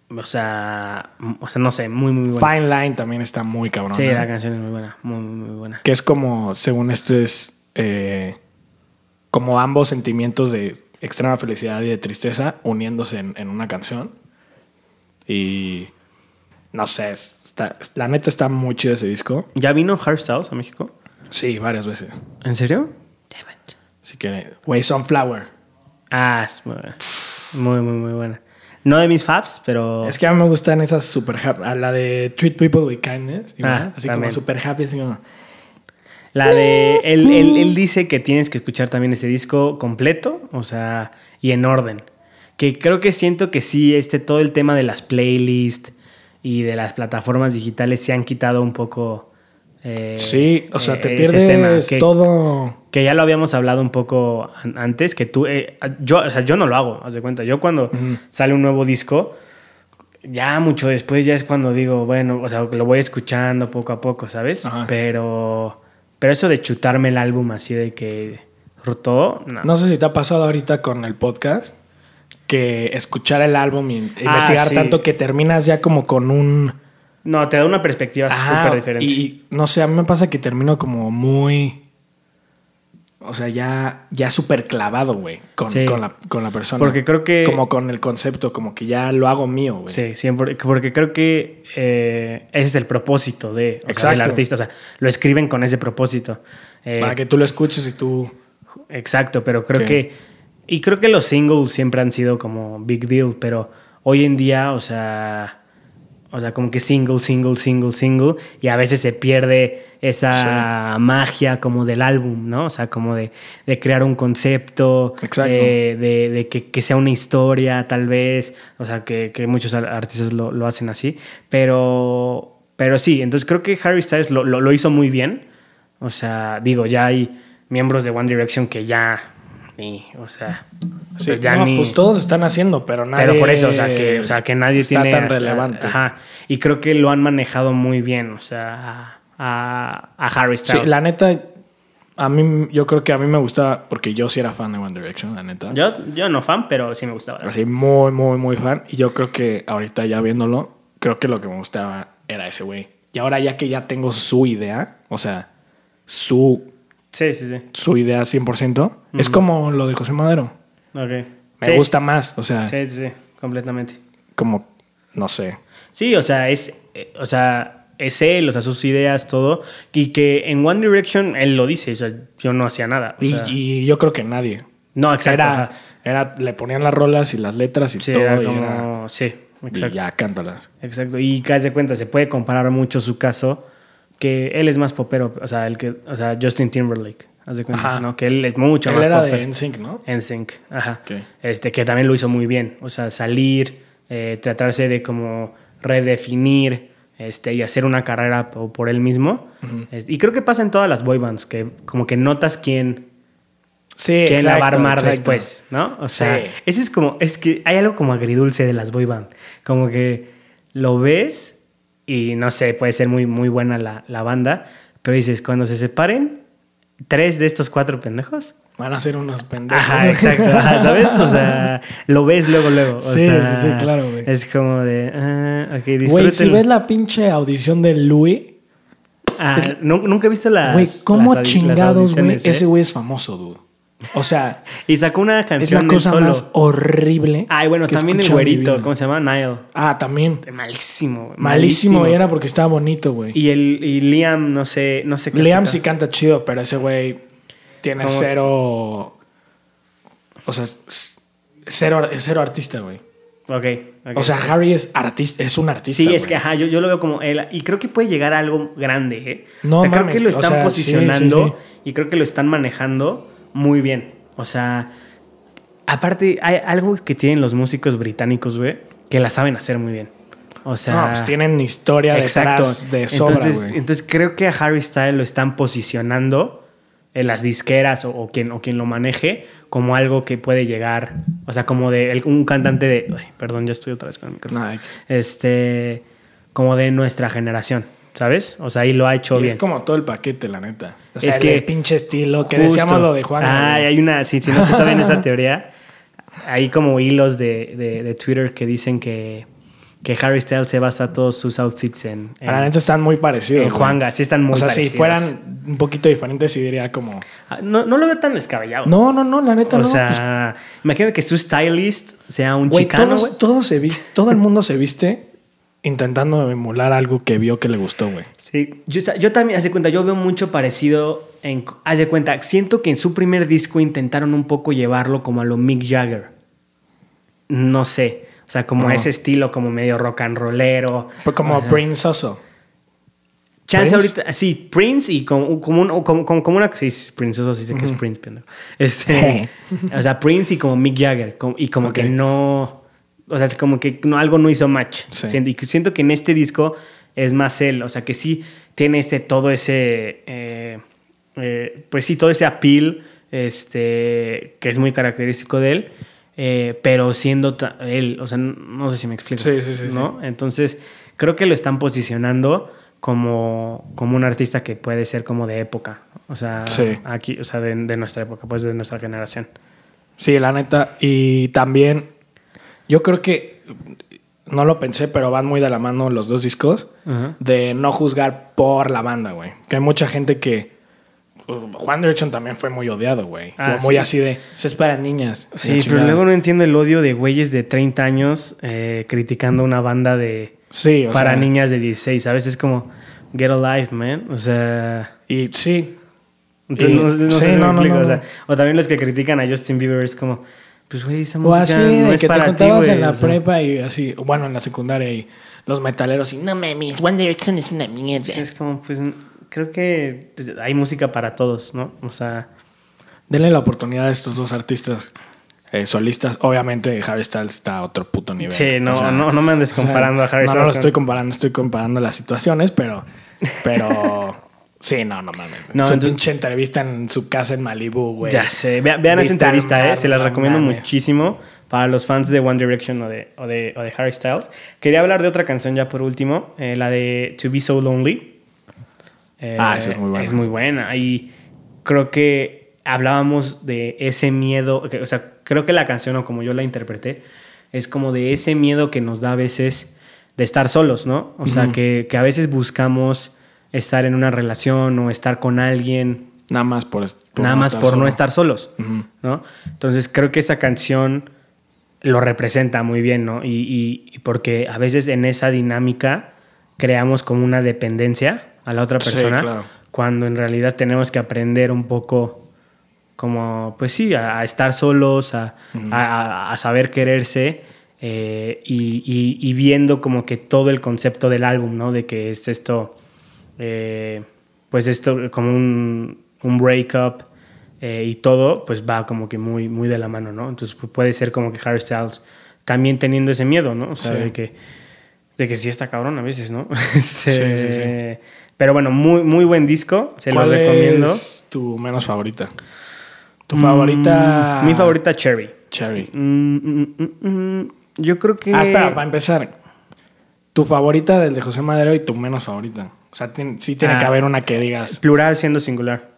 S2: O sea. m- O sea, no sé, muy, muy buena.
S1: Fine Line también está muy cabrón.
S2: Sí,
S1: ¿no?
S2: la canción es muy buena. Muy, muy, muy buena.
S1: Que es como, según esto es eh, como ambos sentimientos de extrema felicidad y de tristeza uniéndose en, en una canción. Y no sé, está- la neta está muy chido ese disco.
S2: ¿Ya vino Harry Styles a México?
S1: Sí, varias veces.
S2: ¿En serio?
S1: Si quiere. Way Sunflower.
S2: Ah, es muy buena. Muy, muy, muy buena. No de mis faps, pero.
S1: Es que a mí me gustan esas super happy. A la de Treat People with Kindness. igual,
S2: Ah,
S1: así
S2: también. Eh,
S1: como super happy. Así como,
S2: La de. Él, él- él dice que tienes que escuchar también ese disco completo, o sea, y en orden. Que creo que siento que sí, este todo el tema de las playlists y de las plataformas digitales se han quitado un poco. eh,
S1: sí, o sea, te
S2: eh, ese
S1: pierdes
S2: que-
S1: todo.
S2: Que ya lo habíamos hablado un poco an- antes, que tú, eh, yo, o sea, yo no lo hago, haz de cuenta. Yo cuando sale un nuevo disco, ya mucho después ya es cuando digo, bueno, o sea, lo voy escuchando poco a poco, ¿sabes?
S1: Ajá.
S2: Pero, pero eso de chutarme el álbum así de que rotó, no.
S1: No sé si te ha pasado ahorita con el podcast que escuchar el álbum y
S2: Ah,
S1: investigar
S2: sí.
S1: tanto que terminas ya como con un.
S2: No, te da una perspectiva
S1: Ajá,
S2: súper diferente.
S1: Y no sé, a mí me pasa que termino como muy. o sea, ya, ya súper clavado, güey, con,
S2: Sí.
S1: con, la, con la persona.
S2: Porque creo que-
S1: Como con el concepto, como que ya lo hago mío, güey.
S2: Sí, siempre, porque creo que eh, ese es el propósito de, o sea,
S1: Exacto.
S2: del artista. O sea, lo escriben con ese propósito. Eh,
S1: Para que tú lo escuches y tú...
S2: Exacto, pero creo
S1: Sí.
S2: que. Y creo que los singles siempre han sido como big deal, pero hoy en día, o sea. O sea, como que single, single, single, single. Y a veces se pierde esa magia como del álbum, ¿no? O sea, como de, de crear un concepto.
S1: Exacto.
S2: eh, de de que, que sea una historia, tal vez. O sea, que, que muchos ar- artistas lo, lo hacen así. Pero, pero sí, entonces creo que Harry Styles lo, lo- lo hizo muy bien. O sea, digo, ya hay miembros de One Direction que ya. Ni, o sea.
S1: Sí,
S2: ya
S1: no,
S2: ni-
S1: pues todos están haciendo, pero nadie...
S2: pero por eso, o sea, que, o sea, que nadie
S1: está
S2: tiene.
S1: tan
S2: o sea,
S1: relevante.
S2: Ajá. Y creo que lo han manejado muy bien, o sea, a, a- a Harry
S1: Sí,
S2: Styles.
S1: la neta, a mí, yo creo que a mí me gustaba, porque yo sí era fan de One Direction, la neta.
S2: yo, yo no fan, pero sí me gustaba.
S1: Así, muy, muy, muy fan. Y yo creo que ahorita ya viéndolo, creo que lo que me gustaba era ese güey. Y ahora ya que ya tengo su idea, o sea, su,
S2: Sí, sí, sí.
S1: su idea 100%, es como lo de José Madero.
S2: Ok.
S1: Me
S2: Sí,
S1: gusta más, o sea,
S2: Sí, sí, sí, completamente.
S1: como, no sé.
S2: Sí, o sea, es, eh, o sea, es él, o sea, sus ideas, todo. Y que en One Direction él lo dice, o sea, yo no hacía nada. o
S1: Y,
S2: sea,
S1: y yo creo que nadie.
S2: no, exacto.
S1: Era,
S2: ajá.
S1: era, le ponían las rolas y las letras y
S2: sí,
S1: todo.
S2: era
S1: y,
S2: como-
S1: era-
S2: sí,
S1: y
S2: exacto.
S1: ya cántalas.
S2: Exacto. Y que haz de cuenta, se puede comparar mucho su caso, que él es más popero, o sea, el que, o sea, Justin Timberlake, haz de cuenta,
S1: Ajá.
S2: ¿no? Que él es mucho
S1: Él
S2: más
S1: era
S2: popero.
S1: de NSYNC, ¿no?
S2: NSYNC, ajá.
S1: Ok.
S2: Este, que también lo hizo muy bien. O sea, salir, eh, tratarse de como redefinir este, y hacer una carrera po- por, él mismo. Es- Y creo que pasa en todas las boy bands, que como que notas quién,
S1: Sí,
S2: quién la va a
S1: exacto,
S2: armar
S1: exacto.
S2: después, ¿no? O sea,
S1: Sí.
S2: ese es como, es que hay algo como agridulce de las boy bands. Como que lo ves y no sé, puede ser muy, muy buena la, la banda, pero dices, cuando se separen, tres de estos cuatro pendejos
S1: Van a ser unos pendejos.
S2: Ajá, exacto. Ajá, ¿Sabes? O sea, lo ves luego, luego. O
S1: Sí,
S2: sea,
S1: sí, sí, claro, güey.
S2: Es como de. Ah, ok, disfrútenlo.
S1: Güey, si ves la pinche audición de Louis,
S2: Ah, nu- nunca he visto las.
S1: güey, ¿cómo
S2: las audi- las
S1: chingados, güey?
S2: audiciones, ¿eh?
S1: Ese güey es famoso, dude. O sea,
S2: Y sacó una
S1: es
S2: canción
S1: la cosa
S2: él solo.
S1: más horrible.
S2: Ay, bueno,
S1: que he
S2: también el
S1: escuchado en mi
S2: güerito.
S1: vida.
S2: ¿Cómo se llama? Niall.
S1: Ah, también.
S2: Malísimo, güey,
S1: Malísimo, y era porque estaba bonito, güey.
S2: Y, el, y Liam, no sé, no sé qué.
S1: Liam
S2: saca.
S1: sí canta chido, pero ese güey tiene
S2: ¿Cómo?
S1: cero. O sea, es- cero, es cero artista, güey.
S2: Ok, ok.
S1: O sea, Harry es artista, es un artista.
S2: Sí, es
S1: güey.
S2: que ajá, yo, yo lo veo como él. Y creo que puede llegar a algo grande, ¿eh?
S1: No
S2: O sea,
S1: mames,
S2: creo que lo
S1: o sea,
S2: están
S1: sí, sí,
S2: posicionando
S1: sí.
S2: y creo que lo están manejando muy bien. O sea, aparte, hay algo que tienen los músicos británicos, güey, que la saben hacer muy bien. O sea,
S1: No, pues tienen historia detrás de sobra,
S2: entonces,
S1: güey.
S2: entonces creo que a Harry Styles lo están posicionando en las disqueras o, o quien, o quien lo maneje como algo que puede llegar. O sea, como de el- un cantante de. Ay, perdón, ya estoy otra vez con el micrófono
S1: No, hay-
S2: este como de nuestra generación, ¿sabes? O sea, y lo ha hecho
S1: Y
S2: bien.
S1: Es como todo el paquete, la neta. O sea,
S2: Es
S1: el
S2: que-
S1: es pinche estilo que
S2: Justo.
S1: decíamos lo de Juan.
S2: Ah,
S1: güey.
S2: hay una, si, si no se saben esa teoría, hay como hilos de, de- de Twitter que dicen que, que Harry Styles se basa todos sus outfits en, en-
S1: la neta están muy parecidos.
S2: en
S1: güey.
S2: Juanga, sí están muy
S1: O sea,
S2: parecidos.
S1: si fueran un poquito diferentes, sí diría como.
S2: Ah, No, no lo veo tan descabellado.
S1: No, no, no, la neta
S2: o
S1: no. pues,
S2: sea, imagínate que su stylist sea un
S1: güey,
S2: chicano, güey.
S1: todos, todos se vis- todo el mundo se viste intentando emular algo que vio que le gustó, güey.
S2: Sí, yo, ta- yo también, haz de cuenta, yo veo mucho parecido en, haz de cuenta, siento que en su primer disco intentaron un poco llevarlo como a lo Mick Jagger. No sé, o sea, como a
S1: Ajá.
S2: ese estilo como medio rock and rollero.
S1: Fue como Prince Oso.
S2: Chance
S1: ¿Prince?
S2: ahorita, sí, Prince y como, como, un- como, como- como una, sí, es Prince, eso sí sé que es Prince, pendejo. Este, o sea, Prince y como Mick Jagger, como- y como que
S1: Ok.
S2: no, o sea, como que no, algo no hizo match.
S1: Sí.
S2: Siento, y que siento que en este disco es más él, o sea, que sí tiene este, todo ese, eh, eh, pues sí, todo ese appeal, este, que es muy característico de él, eh, pero siendo ta- él, o sea, no, no sé si me explico.
S1: Sí, sí, sí,
S2: ¿no?
S1: sí.
S2: Entonces, creo que lo están posicionando como, como un artista que puede ser como de época. O sea,
S1: Sí.
S2: aquí, o sea, de, de nuestra época, pues de nuestra generación.
S1: Sí, la neta. Y también, yo creo que no lo pensé, pero van muy de la mano los dos discos. de no juzgar por la banda, güey. Que hay mucha gente que Juan Direction también fue muy odiado, güey.
S2: Ah,
S1: O muy
S2: sí.
S1: así de, se es para niñas. La
S2: Sí, pero
S1: chingada.
S2: luego no entiendo el odio de güeyes de 30 años eh, criticando una banda de
S1: Sí, o
S2: para
S1: sea,
S2: niñas de 16. A veces es como, get a life, man. O sea...
S1: Y sí,
S2: entonces
S1: Y-
S2: no, sé- no
S1: sí,
S2: sé si me
S1: no, no,
S2: explico,
S1: no,
S2: o, sea,
S1: no.
S2: o también los que critican a Justin Bieber es como, pues güey, esa
S1: O
S2: música
S1: así,
S2: no
S1: de
S2: es
S1: que te
S2: para ti,
S1: juntabas
S2: güey",
S1: en la
S2: o sea.
S1: prepa y así, bueno, en la secundaria y los metaleros y no mames, One Direction es una mierda.
S2: Pues es como, pues creo que hay música para todos, ¿no? O sea,
S1: Denle la oportunidad a estos dos artistas eh, solistas. Obviamente, Harry Styles está a otro puto nivel.
S2: sí, no,
S1: O sea,
S2: no, no me andes
S1: o sea,
S2: comparando a Harry
S1: no,
S2: Styles.
S1: No, lo
S2: con-
S1: estoy comparando, estoy comparando las situaciones, pero. Pero. sí, no, no mames.
S2: No,
S1: Su
S2: entonces-
S1: pinche entrevista en su casa en Malibu, güey.
S2: Ya sé, vean, vean esa
S1: Vista al
S2: entrevista,
S1: mar,
S2: eh, se las
S1: no
S2: recomiendo
S1: mames.
S2: muchísimo para los fans de One Direction o de, o, de, o de Harry Styles. Quería hablar de otra canción ya por último, eh, la de To Be So Lonely. Eh,
S1: Ah, esa es muy buena.
S2: Es muy buena y creo que hablábamos de ese miedo, que- o sea, creo que la canción o como yo la interpreté es como de ese miedo que nos da a veces de estar solos, ¿no? O sea, que, que a veces buscamos estar en una relación o estar con alguien
S1: Nada más por. est- por
S2: nada
S1: no
S2: más
S1: estar
S2: por no
S1: solo.
S2: estar solos,
S1: Ujú.
S2: ¿no? Entonces creo que esa canción lo representa muy bien, ¿no? Y, y- y porque a veces en esa dinámica creamos como una dependencia a la otra
S1: Sí,
S2: persona,
S1: claro.
S2: cuando en realidad tenemos que aprender un poco como, pues sí, a, a estar solos, a, a- a- a saber quererse eh, y, y- y viendo como que todo el concepto del álbum, ¿no? De que es esto, eh, pues esto como un, un breakup eh, y todo, pues va como que muy, muy de la mano, ¿no? Entonces pu- puede ser como que Harry Styles también teniendo ese miedo, ¿no? O sea,
S1: Sí.
S2: de que de que sí está cabrón a veces, ¿no?
S1: sí, sí.
S2: Este, Pero bueno, muy, muy buen disco, se lo
S1: ¿Cuál
S2: recomiendo.
S1: es tu menos favorita? Tu favorita.
S2: Mm, mi favorita, Cherry.
S1: Cherry.
S2: Mm, mm, mm, mm, yo creo que.
S1: Ah, espera, para empezar. Tu favorita del de José Madero y tu menos favorita. O sea, tien- sí tiene
S2: Ah.
S1: que haber una que digas.
S2: Plural siendo singular.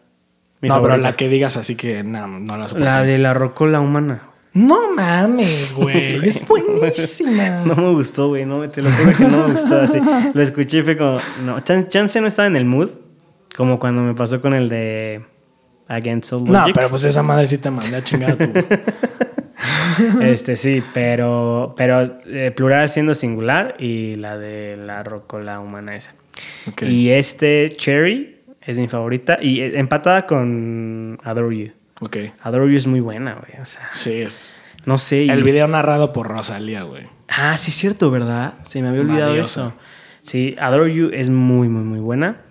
S2: Mi
S1: no, pero
S2: favorita.
S1: la que digas así que no, no la soporto.
S2: La de la rocola humana.
S1: No mames, güey. es buenísima.
S2: No me gustó, güey. No, te lo juro que no me gustó así. Lo escuché y fue como. No, Chan- Chance no estaba en el mood. Como cuando me pasó con el de. Against All Logic.
S1: No, pero pues esa madre sí te mandé a chingar a tu.
S2: Este sí, pero, pero eh, plural siendo singular y la de la rocola humana esa.
S1: Ok.
S2: Y este Cherry es mi favorita y eh, empatada con Adore You.
S1: ok.
S2: Adore You es muy buena, güey. O sea,
S1: Sí, es.
S2: no sé. y-
S1: El video narrado por Rosalía, güey.
S2: Ah, sí, es cierto, ¿verdad? Se me había olvidado
S1: Maravillosa.
S2: eso. Sí, Adore You es muy, muy, muy buena.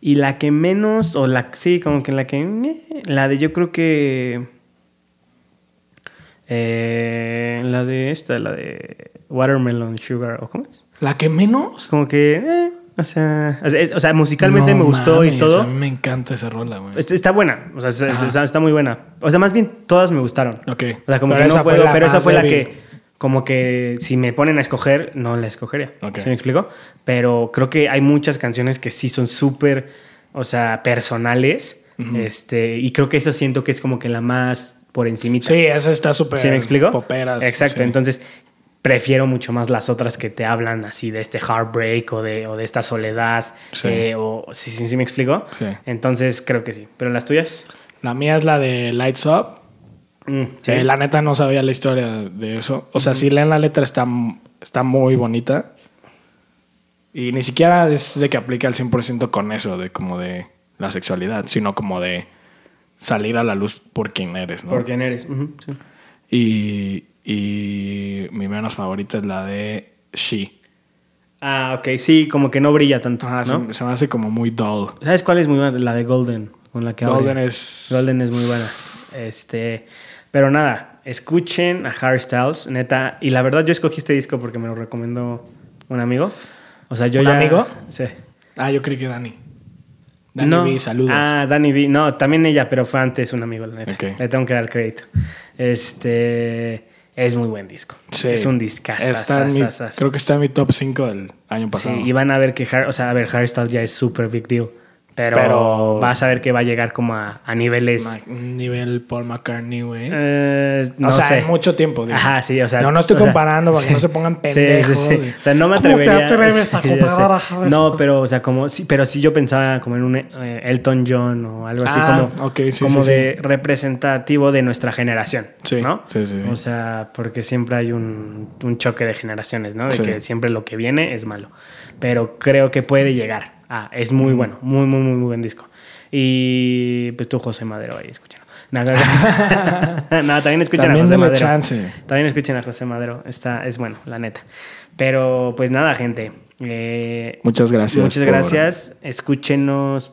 S2: Y la que menos, o la, sí, como que la que, meh, la de yo creo que, eh, la de esta, la de Watermelon Sugar, ¿o cómo es?
S1: ¿La que menos?
S2: Como que, eh, o sea, o sea, es- o sea, musicalmente
S1: No
S2: me gustó y
S1: mames,
S2: todo.
S1: A mí me encanta esa rola, güey.
S2: Est- Este, Está buena, o sea, es- es-
S1: Ajá.
S2: está, está muy buena. O sea, más bien todas me gustaron.
S1: Ok.
S2: O sea, como
S1: Pero
S2: que
S1: esa
S2: no
S1: fue
S2: puedo,
S1: la
S2: pero esa
S1: más
S2: fue la
S1: débil.
S2: que, como que si me ponen a escoger, no la escogería.
S1: Ok.
S2: ¿Sí me explico? Pero creo que hay muchas canciones que sí son súper, o sea, personales. este, y creo que eso siento que es como que la más por encimita.
S1: Sí, esa está súper.
S2: ¿Sí me explico?
S1: Poperas.
S2: Exacto.
S1: sí.
S2: Entonces, prefiero mucho más las otras que te hablan así de este heartbreak o de, o de esta soledad.
S1: Sí.
S2: eh, o, ¿sí, sí, sí me explico?
S1: Sí.
S2: Entonces, creo que sí. Pero las tuyas.
S1: La mía es la de Lights Up.
S2: Mm, sí.
S1: Eh, la neta no sabía la historia de eso. O sea, si leen la letra está, m- está muy bonita. Y ni siquiera es de que aplica al 100% con eso, de como de la sexualidad, sino como de salir a la luz por quien eres, ¿no?
S2: Por quién eres. Ujú, sí.
S1: Y, y mi menos favorita es la de She.
S2: Ah, ok. Sí, como que no brilla tanto.
S1: Ah,
S2: ¿no?
S1: se, se me hace como muy dull.
S2: ¿Sabes cuál es muy buena? La de Golden. Con la que abre.
S1: Golden es...
S2: Golden es muy buena. Este, pero nada, escuchen a Harry Styles, neta. Y la verdad, yo escogí este disco porque me lo recomendó un amigo. O sea, yo
S1: ¿Un
S2: ya-
S1: amigo?
S2: Sí.
S1: Ah, yo creí que Dani. Dani
S2: No.
S1: B, saludos.
S2: Ah, Danny B. No, también ella, pero fue antes un amigo, la neta.
S1: Ok.
S2: Le tengo que dar crédito. Este. Es muy buen disco.
S1: Sí.
S2: Es un discazo.
S1: Está en mi-
S2: sasasas.
S1: Creo que está en mi top 5 del año
S2: Sí,
S1: pasado.
S2: y van a ver que Har- o sea, a ver, Harry Styles ya es super big deal. Pero,
S1: Pero-
S2: vas a ver que va a llegar como a, a niveles.
S1: Ma- nivel Paul McCartney, güey.
S2: eh, no
S1: o sea,
S2: sé.
S1: en mucho tiempo. digo.
S2: Ajá, sí, o sea.
S1: No, no estoy
S2: o sea,
S1: comparando para que no se pongan pendejos.
S2: Sí, sí, sí.
S1: güey.
S2: O sea, no me
S1: ¿Cómo
S2: atrevería.
S1: te atreves a
S2: sí, ya
S1: comparar a
S2: sé.
S1: Harrison?
S2: No, pero, o sea, como. Sí, pero sí yo pensaba como en un eh, Elton John o algo así,
S1: Ah,
S2: como,
S1: ok, sí,
S2: como
S1: sí, sí.
S2: de representativo de nuestra generación.
S1: Sí,
S2: ¿no?
S1: sí, sí, sí.
S2: O sea, porque siempre hay un, un choque de generaciones, ¿no? De
S1: Sí.
S2: que siempre lo que viene es malo. Pero creo que puede llegar. Ah, es muy
S1: Mm.
S2: bueno. Muy, muy, muy, muy buen disco. Y pues tú, José Madero, ahí escúchalo. No, no, no. No, también escuchan
S1: También
S2: a José
S1: denle
S2: Madero.
S1: chance.
S2: También escuchen a José Madero. Está, es bueno, la neta. Pero pues nada, gente. Eh,
S1: Muchas gracias.
S2: Muchas
S1: por-
S2: gracias. Escúchenos.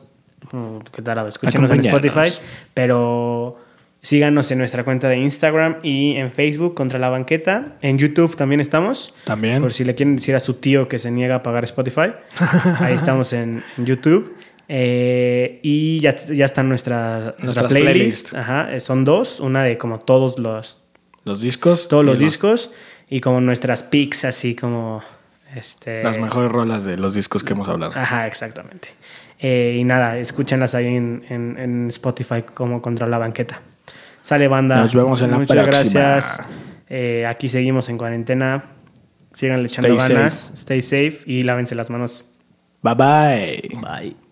S2: mm, Qué tarado. Escúchenos en
S1: Acompáñanos.
S2: Spotify. Pero síganos en nuestra cuenta de Instagram y en Facebook, Contra la Banqueta. En YouTube también estamos.
S1: También.
S2: Por si le quieren decir a su tío que se niega a pagar Spotify. Ahí estamos en, en YouTube. Eh, y ya, ya están nuestra, nuestra
S1: Nuestras
S2: playlist.
S1: playlists.
S2: Ajá, eh, son dos. Una de como todos los,
S1: Los discos.
S2: todos
S1: y
S2: los
S1: los-
S2: discos. Y como nuestras picks así como... Este,
S1: Las mejores rolas de los discos que hemos hablado.
S2: Ajá, exactamente. Eh, y nada, escúchenlas ahí en, en- en Spotify como Contra la Banqueta. Sale banda.
S1: Nos vemos en la
S2: Muchas
S1: próxima.
S2: gracias. Eh, aquí seguimos en cuarentena. Síganle echando
S1: Stay
S2: ganas. Stay safe y lávense las manos.
S1: Bye bye.
S2: Bye.